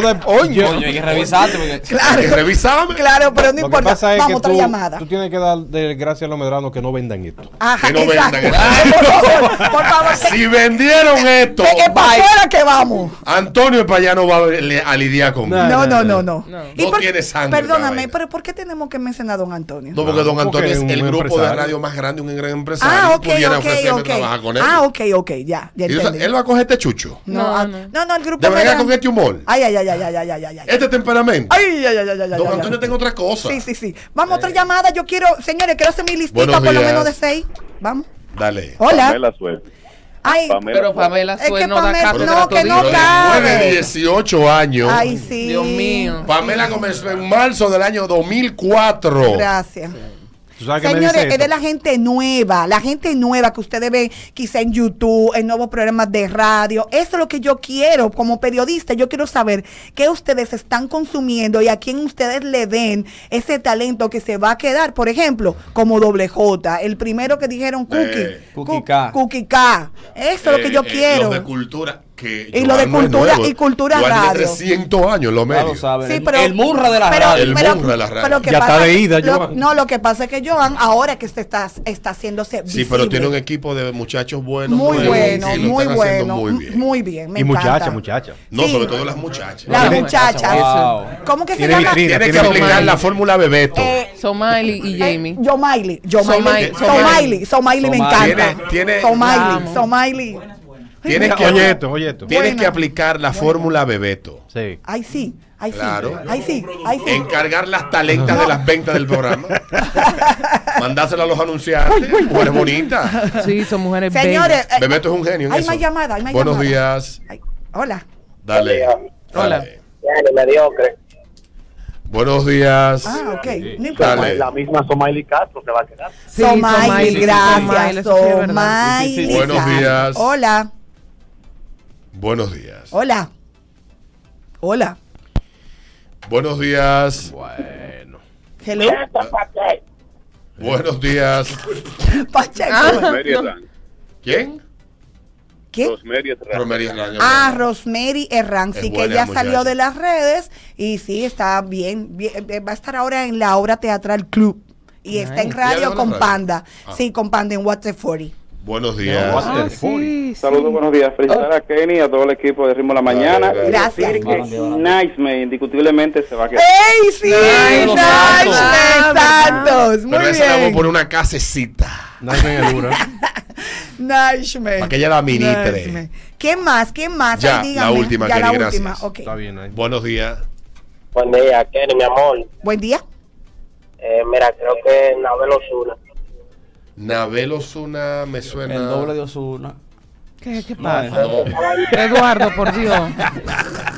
[SPEAKER 2] <laughs>
[SPEAKER 4] de. yo-
[SPEAKER 5] Coño, hay que revisarte porque.
[SPEAKER 1] hay que
[SPEAKER 2] Claro,
[SPEAKER 1] revisarme.
[SPEAKER 2] claro, pero no
[SPEAKER 4] lo que
[SPEAKER 2] importa.
[SPEAKER 4] pasa es
[SPEAKER 2] Vamos,
[SPEAKER 4] que
[SPEAKER 2] otra
[SPEAKER 4] tú,
[SPEAKER 2] llamada.
[SPEAKER 4] tú tienes que dar de gracias a los medranos que no vendan esto.
[SPEAKER 2] Ajá,
[SPEAKER 1] Que no
[SPEAKER 2] exacto.
[SPEAKER 1] vendan.
[SPEAKER 2] Ay, <laughs> por favor, por favor, que-
[SPEAKER 1] Si vendieron esto,
[SPEAKER 2] que- que para
[SPEAKER 1] bye.
[SPEAKER 2] afuera que vamos.
[SPEAKER 1] Antonio Payano va a, le- a lidiar conmigo.
[SPEAKER 4] No,
[SPEAKER 2] No, no,
[SPEAKER 4] no,
[SPEAKER 2] no, no.
[SPEAKER 3] no.
[SPEAKER 1] No tiene sangre esa
[SPEAKER 2] Perdóname,
[SPEAKER 1] vaina.
[SPEAKER 2] pero ¿por qué tenemos que mencionar a don Antonio?
[SPEAKER 1] No, porque don Antonio
[SPEAKER 4] Porque
[SPEAKER 1] es
[SPEAKER 4] un
[SPEAKER 1] el grupo de
[SPEAKER 4] empresario.
[SPEAKER 1] radio más grande, un gran empresario.
[SPEAKER 2] ah, ok,
[SPEAKER 1] pudiera
[SPEAKER 2] ok,
[SPEAKER 1] ofrecerme
[SPEAKER 2] ok.
[SPEAKER 1] trabajar con él.
[SPEAKER 2] Ah, ok, ok, ya. ya
[SPEAKER 1] Y tú sabes,
[SPEAKER 2] entendí.
[SPEAKER 1] él va a coger este chucho.
[SPEAKER 2] No,
[SPEAKER 3] No,
[SPEAKER 2] ah,
[SPEAKER 3] no.
[SPEAKER 2] no, no, el grupo
[SPEAKER 1] De verdad
[SPEAKER 2] Medrano-
[SPEAKER 1] con este humor.
[SPEAKER 2] Ay, ay, ay, ay, ay, ay, ay, ay. ay.
[SPEAKER 1] Este temperamento.
[SPEAKER 2] Ay, ay, ay, ay, ay, ay,
[SPEAKER 1] Don
[SPEAKER 2] ay,
[SPEAKER 1] Antonio
[SPEAKER 2] ay.
[SPEAKER 1] tiene otra cosa.
[SPEAKER 2] Sí, sí, sí. Vamos, otra llamada. Yo quiero, señores, quiero hacer mi listita
[SPEAKER 1] Eh. Buenos
[SPEAKER 2] por lo
[SPEAKER 1] días.
[SPEAKER 2] menos de seis. Vamos.
[SPEAKER 1] Dale.
[SPEAKER 2] Hola.
[SPEAKER 6] suerte.
[SPEAKER 2] Ay,
[SPEAKER 3] Pero Pamela
[SPEAKER 2] Es que
[SPEAKER 3] Suez no da
[SPEAKER 2] Pamela-
[SPEAKER 3] cátedra
[SPEAKER 2] no, que
[SPEAKER 3] todo
[SPEAKER 2] no
[SPEAKER 3] el día.
[SPEAKER 2] cabe.
[SPEAKER 1] Después de 18 años,
[SPEAKER 2] ay, sí.
[SPEAKER 3] Dios mío.
[SPEAKER 1] Pamela comenzó en marzo del año 2004.
[SPEAKER 2] Gracias.
[SPEAKER 4] ¿Tú sabes qué me
[SPEAKER 2] Señores,
[SPEAKER 4] dice
[SPEAKER 2] es de
[SPEAKER 4] esto?
[SPEAKER 2] la gente nueva, la gente nueva que ustedes ven quizá en YouTube, en nuevos programas de radio. Eso es lo que yo quiero como periodista. Yo quiero saber qué ustedes están consumiendo y a quién ustedes le ven ese talento que se va a quedar. Por ejemplo, como Doble J, el primero que dijeron Cookie.
[SPEAKER 1] Eh,
[SPEAKER 2] Cu-
[SPEAKER 5] Cookie K.
[SPEAKER 2] Cookie K. Eso es lo
[SPEAKER 1] Eh,
[SPEAKER 2] que yo
[SPEAKER 1] eh,
[SPEAKER 2] quiero.
[SPEAKER 1] Los de cultura. Que
[SPEAKER 2] Y lo de
[SPEAKER 1] Joan no es
[SPEAKER 2] cultura-
[SPEAKER 1] nuevo.
[SPEAKER 2] y cultura
[SPEAKER 1] Joan tiene
[SPEAKER 2] radio.
[SPEAKER 1] 300 años en los
[SPEAKER 5] Ya lo
[SPEAKER 1] medios.
[SPEAKER 5] sabes.
[SPEAKER 2] Sí,
[SPEAKER 5] el-
[SPEAKER 2] pero-
[SPEAKER 5] el murra de la
[SPEAKER 2] pero-
[SPEAKER 5] radio.
[SPEAKER 1] El
[SPEAKER 2] pero-
[SPEAKER 1] murra de la radio.
[SPEAKER 2] pero lo que
[SPEAKER 4] Ya está
[SPEAKER 2] pasa-
[SPEAKER 4] de ida,
[SPEAKER 2] lo-
[SPEAKER 4] Joan.
[SPEAKER 2] No, lo que pasa es que Joan, ahora que se está, está haciéndose.
[SPEAKER 1] Sí, pero
[SPEAKER 2] visible,
[SPEAKER 1] tiene un equipo de muchachos buenos.
[SPEAKER 2] muy
[SPEAKER 1] buenos,
[SPEAKER 2] bueno,
[SPEAKER 1] que lo
[SPEAKER 2] muy
[SPEAKER 1] están haciendo
[SPEAKER 2] bueno,
[SPEAKER 1] Muy
[SPEAKER 2] m-
[SPEAKER 1] bien.
[SPEAKER 2] muy bien. me
[SPEAKER 4] Y muchacha,
[SPEAKER 2] encanta.
[SPEAKER 4] muchacha.
[SPEAKER 1] No,
[SPEAKER 2] Sí.
[SPEAKER 1] sobre todo las muchachas.
[SPEAKER 2] La
[SPEAKER 3] Tiene-
[SPEAKER 2] muchacha.
[SPEAKER 5] Wow.
[SPEAKER 2] ¿Cómo que se
[SPEAKER 4] Tiene
[SPEAKER 2] llama?
[SPEAKER 4] vitrina.
[SPEAKER 1] Tiene que
[SPEAKER 4] Tiene
[SPEAKER 1] aplicar
[SPEAKER 4] Somalia.
[SPEAKER 1] la fórmula Bebeto.
[SPEAKER 2] Eh,
[SPEAKER 3] Somaili y Jamie.
[SPEAKER 2] Yomaili, Yomaili,
[SPEAKER 3] Somaili,
[SPEAKER 2] Somaili, Somaili me
[SPEAKER 5] Somaili.
[SPEAKER 2] encanta.
[SPEAKER 1] Tiene- tiene-
[SPEAKER 2] Somaili,
[SPEAKER 3] Vamos.
[SPEAKER 2] Somaili.
[SPEAKER 1] Tienes que,
[SPEAKER 4] Oye esto, oye esto.
[SPEAKER 1] tienes
[SPEAKER 2] Buena.
[SPEAKER 1] que aplicar la fórmula Bebeto.
[SPEAKER 4] Sí.
[SPEAKER 2] Ay, sí. Ahí sí.
[SPEAKER 1] Claro.
[SPEAKER 2] Ahí sí. Ahí sí.
[SPEAKER 1] Encargar las talentas de las ventas del
[SPEAKER 2] <laughs>
[SPEAKER 1] programa. Mandársela a los anunciantes. Mujeres bonitas.
[SPEAKER 3] Sí, son mujeres
[SPEAKER 2] Señores.
[SPEAKER 3] bellas.
[SPEAKER 2] eh,
[SPEAKER 1] Bebeto es un genio. en
[SPEAKER 2] Hay
[SPEAKER 1] eso.
[SPEAKER 2] más llamada, hay más
[SPEAKER 1] Buenos
[SPEAKER 2] llamada.
[SPEAKER 1] días.
[SPEAKER 2] ay, hola.
[SPEAKER 1] Dale.
[SPEAKER 3] Hola.
[SPEAKER 1] Dale.
[SPEAKER 6] mediocre.
[SPEAKER 1] Buenos días.
[SPEAKER 2] Ah, ok. No importa.
[SPEAKER 1] Dale.
[SPEAKER 6] La misma Somaili Castro se va a quedar.
[SPEAKER 3] Sí,
[SPEAKER 2] Somaili,
[SPEAKER 3] Somaili, Somaili,
[SPEAKER 2] gracias.
[SPEAKER 3] eso sí es verdad.
[SPEAKER 2] Somaili.
[SPEAKER 5] Sí, sí, sí.
[SPEAKER 1] Buenos días.
[SPEAKER 2] Hola.
[SPEAKER 1] Buenos días.
[SPEAKER 2] Hola. Hola.
[SPEAKER 1] Buenos días.
[SPEAKER 4] Bueno.
[SPEAKER 2] Hello.
[SPEAKER 1] Buenos días.
[SPEAKER 2] Pacheco.
[SPEAKER 1] Ah.
[SPEAKER 6] Rosemary Herrán.
[SPEAKER 1] ¿Quién?
[SPEAKER 2] ¿Qué?
[SPEAKER 6] Rosemary Herrán.
[SPEAKER 1] Romería Hernández.
[SPEAKER 2] Ah, Rosemary Herrán,
[SPEAKER 1] Es
[SPEAKER 2] sí que
[SPEAKER 1] buena
[SPEAKER 2] ya
[SPEAKER 1] muchacha.
[SPEAKER 2] salió de las redes y sí, está bien, bien, eh, Va a estar ahora en la obra teatral Club y está en
[SPEAKER 1] ¿Ya le van
[SPEAKER 2] radio
[SPEAKER 1] a
[SPEAKER 2] con
[SPEAKER 1] radio?
[SPEAKER 2] Panda.
[SPEAKER 1] Ah.
[SPEAKER 2] Sí, con Panda en What's the 40.
[SPEAKER 1] Buenos días.
[SPEAKER 4] Ah,
[SPEAKER 3] sí, sí.
[SPEAKER 8] Saludos, buenos días. Felicitar
[SPEAKER 6] Oh.
[SPEAKER 8] a Kenny y a todo el equipo de Ritmo de la
[SPEAKER 1] Dale,
[SPEAKER 8] Mañana.
[SPEAKER 1] dale.
[SPEAKER 2] Gracias.
[SPEAKER 8] Decir que
[SPEAKER 5] Vamos, vamos.
[SPEAKER 8] Nice Man indiscutiblemente se va a quedar.
[SPEAKER 2] ¡Ey, sí!
[SPEAKER 5] Ay,
[SPEAKER 2] Nice,
[SPEAKER 5] los
[SPEAKER 3] santos.
[SPEAKER 2] Santos! Muy
[SPEAKER 1] Pero esa la voy a
[SPEAKER 2] bien.
[SPEAKER 1] poner una casecita.
[SPEAKER 4] Nadie es dura.
[SPEAKER 2] Nice, man.
[SPEAKER 1] Para que ella la
[SPEAKER 2] Nice, man.
[SPEAKER 1] ministre.
[SPEAKER 2] ¿Qué más? ¿Qué más?
[SPEAKER 1] Ya,
[SPEAKER 2] Ay,
[SPEAKER 1] la última,
[SPEAKER 2] ya
[SPEAKER 1] Kelly,
[SPEAKER 2] la
[SPEAKER 1] gracias.
[SPEAKER 2] última. <laughs> ok.
[SPEAKER 4] Está bien ahí.
[SPEAKER 1] Buenos días.
[SPEAKER 6] Buen día, Kenny, mi amor.
[SPEAKER 2] Buen día.
[SPEAKER 6] Eh, mira, creo que Nabel Osuna.
[SPEAKER 1] Nabel Osuna me suena.
[SPEAKER 5] El doble de Osuna.
[SPEAKER 3] ¿Qué, qué
[SPEAKER 5] No,
[SPEAKER 3] pasa?
[SPEAKER 1] No,
[SPEAKER 3] Eduardo, por Dios.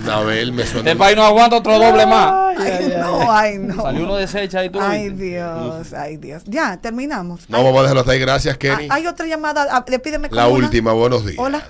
[SPEAKER 1] Nabel me suena.
[SPEAKER 5] Este país no aguanta otro doble más.
[SPEAKER 2] Ay, <laughs> no, ay, no.
[SPEAKER 5] Salió uno desecha y tú.
[SPEAKER 2] Ay,
[SPEAKER 5] viste.
[SPEAKER 2] Dios, ay, Dios. Ya, terminamos.
[SPEAKER 1] No, vamos a dejarlo hasta ahí. Gracias, Kenny.
[SPEAKER 2] Ah, Hay otra llamada. ah, Despídeme con
[SPEAKER 1] La
[SPEAKER 2] una.
[SPEAKER 1] última, buenos días.
[SPEAKER 2] Hola.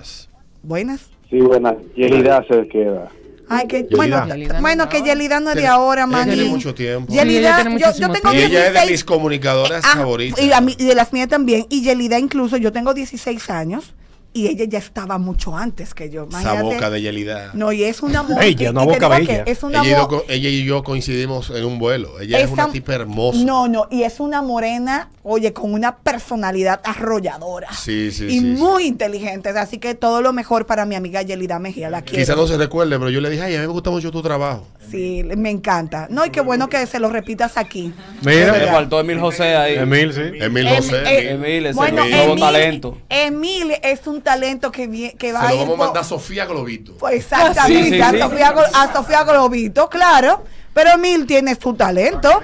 [SPEAKER 2] Buenas.
[SPEAKER 8] Sí, buenas. Yelida se queda.
[SPEAKER 2] Ay, que, bueno,
[SPEAKER 3] Yelida
[SPEAKER 2] t-
[SPEAKER 3] no
[SPEAKER 2] bueno,
[SPEAKER 3] es
[SPEAKER 2] que
[SPEAKER 3] ahora.
[SPEAKER 2] Yelida no es de
[SPEAKER 1] Tiene-
[SPEAKER 2] ahora,
[SPEAKER 1] ella
[SPEAKER 2] Manny.
[SPEAKER 1] tiene mucho tiempo.
[SPEAKER 3] Sí,
[SPEAKER 2] Yelida,
[SPEAKER 3] ella tiene
[SPEAKER 2] yo, yo
[SPEAKER 3] muchísimo
[SPEAKER 2] tengo
[SPEAKER 1] Y
[SPEAKER 3] tiempo.
[SPEAKER 1] ella es de
[SPEAKER 2] 16.
[SPEAKER 1] mis comunicadoras
[SPEAKER 2] Ah,
[SPEAKER 1] favoritas.
[SPEAKER 2] y, a mí- y de las mías también. Y Yelida incluso, yo tengo 16 años y ella ya estaba mucho antes que yo.
[SPEAKER 1] Esa
[SPEAKER 2] Imagínate.
[SPEAKER 1] boca de Yelida.
[SPEAKER 2] No, y es
[SPEAKER 1] <laughs>
[SPEAKER 2] una mujer.
[SPEAKER 4] Bella, una boca bella.
[SPEAKER 2] Es una
[SPEAKER 1] Ella y, yo,
[SPEAKER 2] boca.
[SPEAKER 1] co- ella y yo coincidimos en un vuelo. Ella es
[SPEAKER 2] Esa-
[SPEAKER 1] una tipa hermosa.
[SPEAKER 2] No, no, y es una morena, oye, con una personalidad arrolladora.
[SPEAKER 1] Sí, sí, sí, sí.
[SPEAKER 2] Y muy inteligente. Así que todo lo mejor para mi amiga Yelida Mejía. La quiero.
[SPEAKER 1] Quizá no se recuerde, pero yo le dije, ay, a mí me gusta mucho tu trabajo.
[SPEAKER 2] Sí, le- me encanta. No, y qué bueno que se lo repitas aquí.
[SPEAKER 5] Me
[SPEAKER 4] Mira,
[SPEAKER 5] faltó Emil José ahí.
[SPEAKER 4] Emil, sí.
[SPEAKER 1] Emil
[SPEAKER 2] Em-
[SPEAKER 1] José.
[SPEAKER 2] eh,
[SPEAKER 1] Emil.
[SPEAKER 5] Emil es
[SPEAKER 2] bueno,
[SPEAKER 5] el nuevo
[SPEAKER 2] Emil-
[SPEAKER 5] talento.
[SPEAKER 2] Emil es un talento que, vie- que va
[SPEAKER 1] se lo
[SPEAKER 2] a ir.
[SPEAKER 1] vamos a
[SPEAKER 2] por-
[SPEAKER 1] mandar Ah, a Sofía Globito.
[SPEAKER 2] pues, exactamente,
[SPEAKER 5] Sí, sí,
[SPEAKER 2] a,
[SPEAKER 5] sí.
[SPEAKER 2] Sofía, Gol- a Sofía Globito, claro. Pero Emil tiene su talento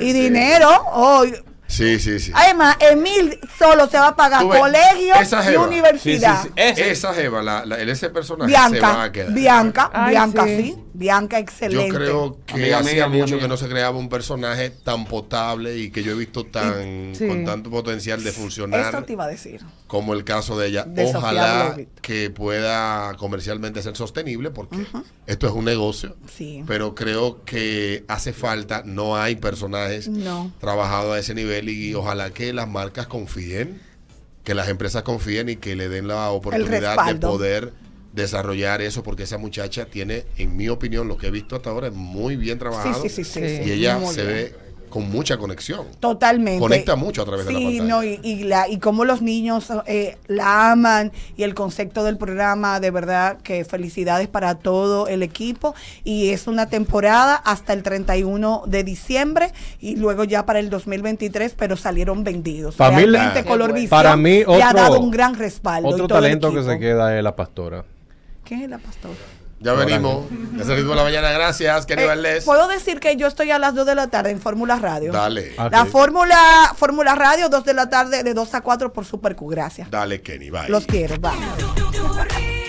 [SPEAKER 2] y dinero. oh, y-
[SPEAKER 1] Sí, sí, sí.
[SPEAKER 2] Además, Emil solo se va a pagar
[SPEAKER 1] Tú ves,
[SPEAKER 2] colegio
[SPEAKER 1] esa jeva.
[SPEAKER 2] y
[SPEAKER 5] Sí, sí,
[SPEAKER 2] universidad.
[SPEAKER 5] sí. Ese.
[SPEAKER 1] Esa jeva, la, la- el- ese personaje se va
[SPEAKER 2] Bianca,
[SPEAKER 1] a quedar.
[SPEAKER 2] Bianca,
[SPEAKER 3] Ay,
[SPEAKER 2] Bianca,
[SPEAKER 3] sí.
[SPEAKER 2] sí. Bianca,
[SPEAKER 1] Yo
[SPEAKER 2] excelente.
[SPEAKER 1] creo que hacía
[SPEAKER 5] Amiga, amiga, amiga,
[SPEAKER 1] mucho que
[SPEAKER 5] amiga.
[SPEAKER 1] no se creaba un personaje tan potable y que yo he visto tan
[SPEAKER 3] Sí.
[SPEAKER 1] con tanto potencial de
[SPEAKER 2] Eso
[SPEAKER 1] funcionar
[SPEAKER 2] te iba a decir.
[SPEAKER 1] como el caso de ella.
[SPEAKER 2] De Sofía
[SPEAKER 1] Ojalá
[SPEAKER 2] Globito.
[SPEAKER 1] que pueda comercialmente ser sostenible porque esto es un negocio.
[SPEAKER 2] Sí.
[SPEAKER 1] Pero creo que hace falta, no hay personajes
[SPEAKER 2] No.
[SPEAKER 1] trabajados a ese nivel y ojalá que las marcas confíen, que las empresas confíen y que le den la oportunidad de
[SPEAKER 2] respaldo.
[SPEAKER 1] poder desarrollar eso porque esa muchacha tiene, en mi opinión, lo que he visto hasta ahora, es muy bien trabajado
[SPEAKER 2] Sí, sí, sí, sí,
[SPEAKER 1] y
[SPEAKER 2] sí.
[SPEAKER 1] ella
[SPEAKER 2] Muy
[SPEAKER 1] se
[SPEAKER 2] bien.
[SPEAKER 1] ve con mucha conexión.
[SPEAKER 2] Totalmente.
[SPEAKER 1] Conecta mucho a través de la
[SPEAKER 2] Sí,
[SPEAKER 1] pantalla.
[SPEAKER 2] no, y, y, la, y cómo los niños eh, la aman y el concepto del programa, de verdad que felicidades para todo el equipo. Y es una temporada hasta el 31 de diciembre y luego ya para el 2023, pero salieron vendidos.
[SPEAKER 4] Para mí la-
[SPEAKER 2] Realmente
[SPEAKER 3] Qué
[SPEAKER 2] Color
[SPEAKER 3] bueno.
[SPEAKER 2] Visión
[SPEAKER 4] Para mí
[SPEAKER 2] le ha
[SPEAKER 4] otro-
[SPEAKER 2] dado un gran respaldo. y
[SPEAKER 4] Otro
[SPEAKER 2] todo el
[SPEAKER 4] talento que
[SPEAKER 2] equipo.
[SPEAKER 4] se queda es la pastora.
[SPEAKER 2] ¿Quién es la pastora?
[SPEAKER 1] Ya venimos. Es el ritmo de la mañana. Gracias, Kenny
[SPEAKER 2] Eh,
[SPEAKER 1] Valdés.
[SPEAKER 2] Puedo decir que yo estoy a las 2 de la tarde en Fórmula Radio.
[SPEAKER 1] Dale,
[SPEAKER 4] Ah.
[SPEAKER 2] La
[SPEAKER 4] Ok.
[SPEAKER 2] fórmula, fórmula Radio, 2 de la tarde, de 2 a 4 por Super Q. Gracias.
[SPEAKER 1] dale, Kenny. Bye.
[SPEAKER 2] Los quiero, bye.
[SPEAKER 9] Tú, tú, tú, ritmo.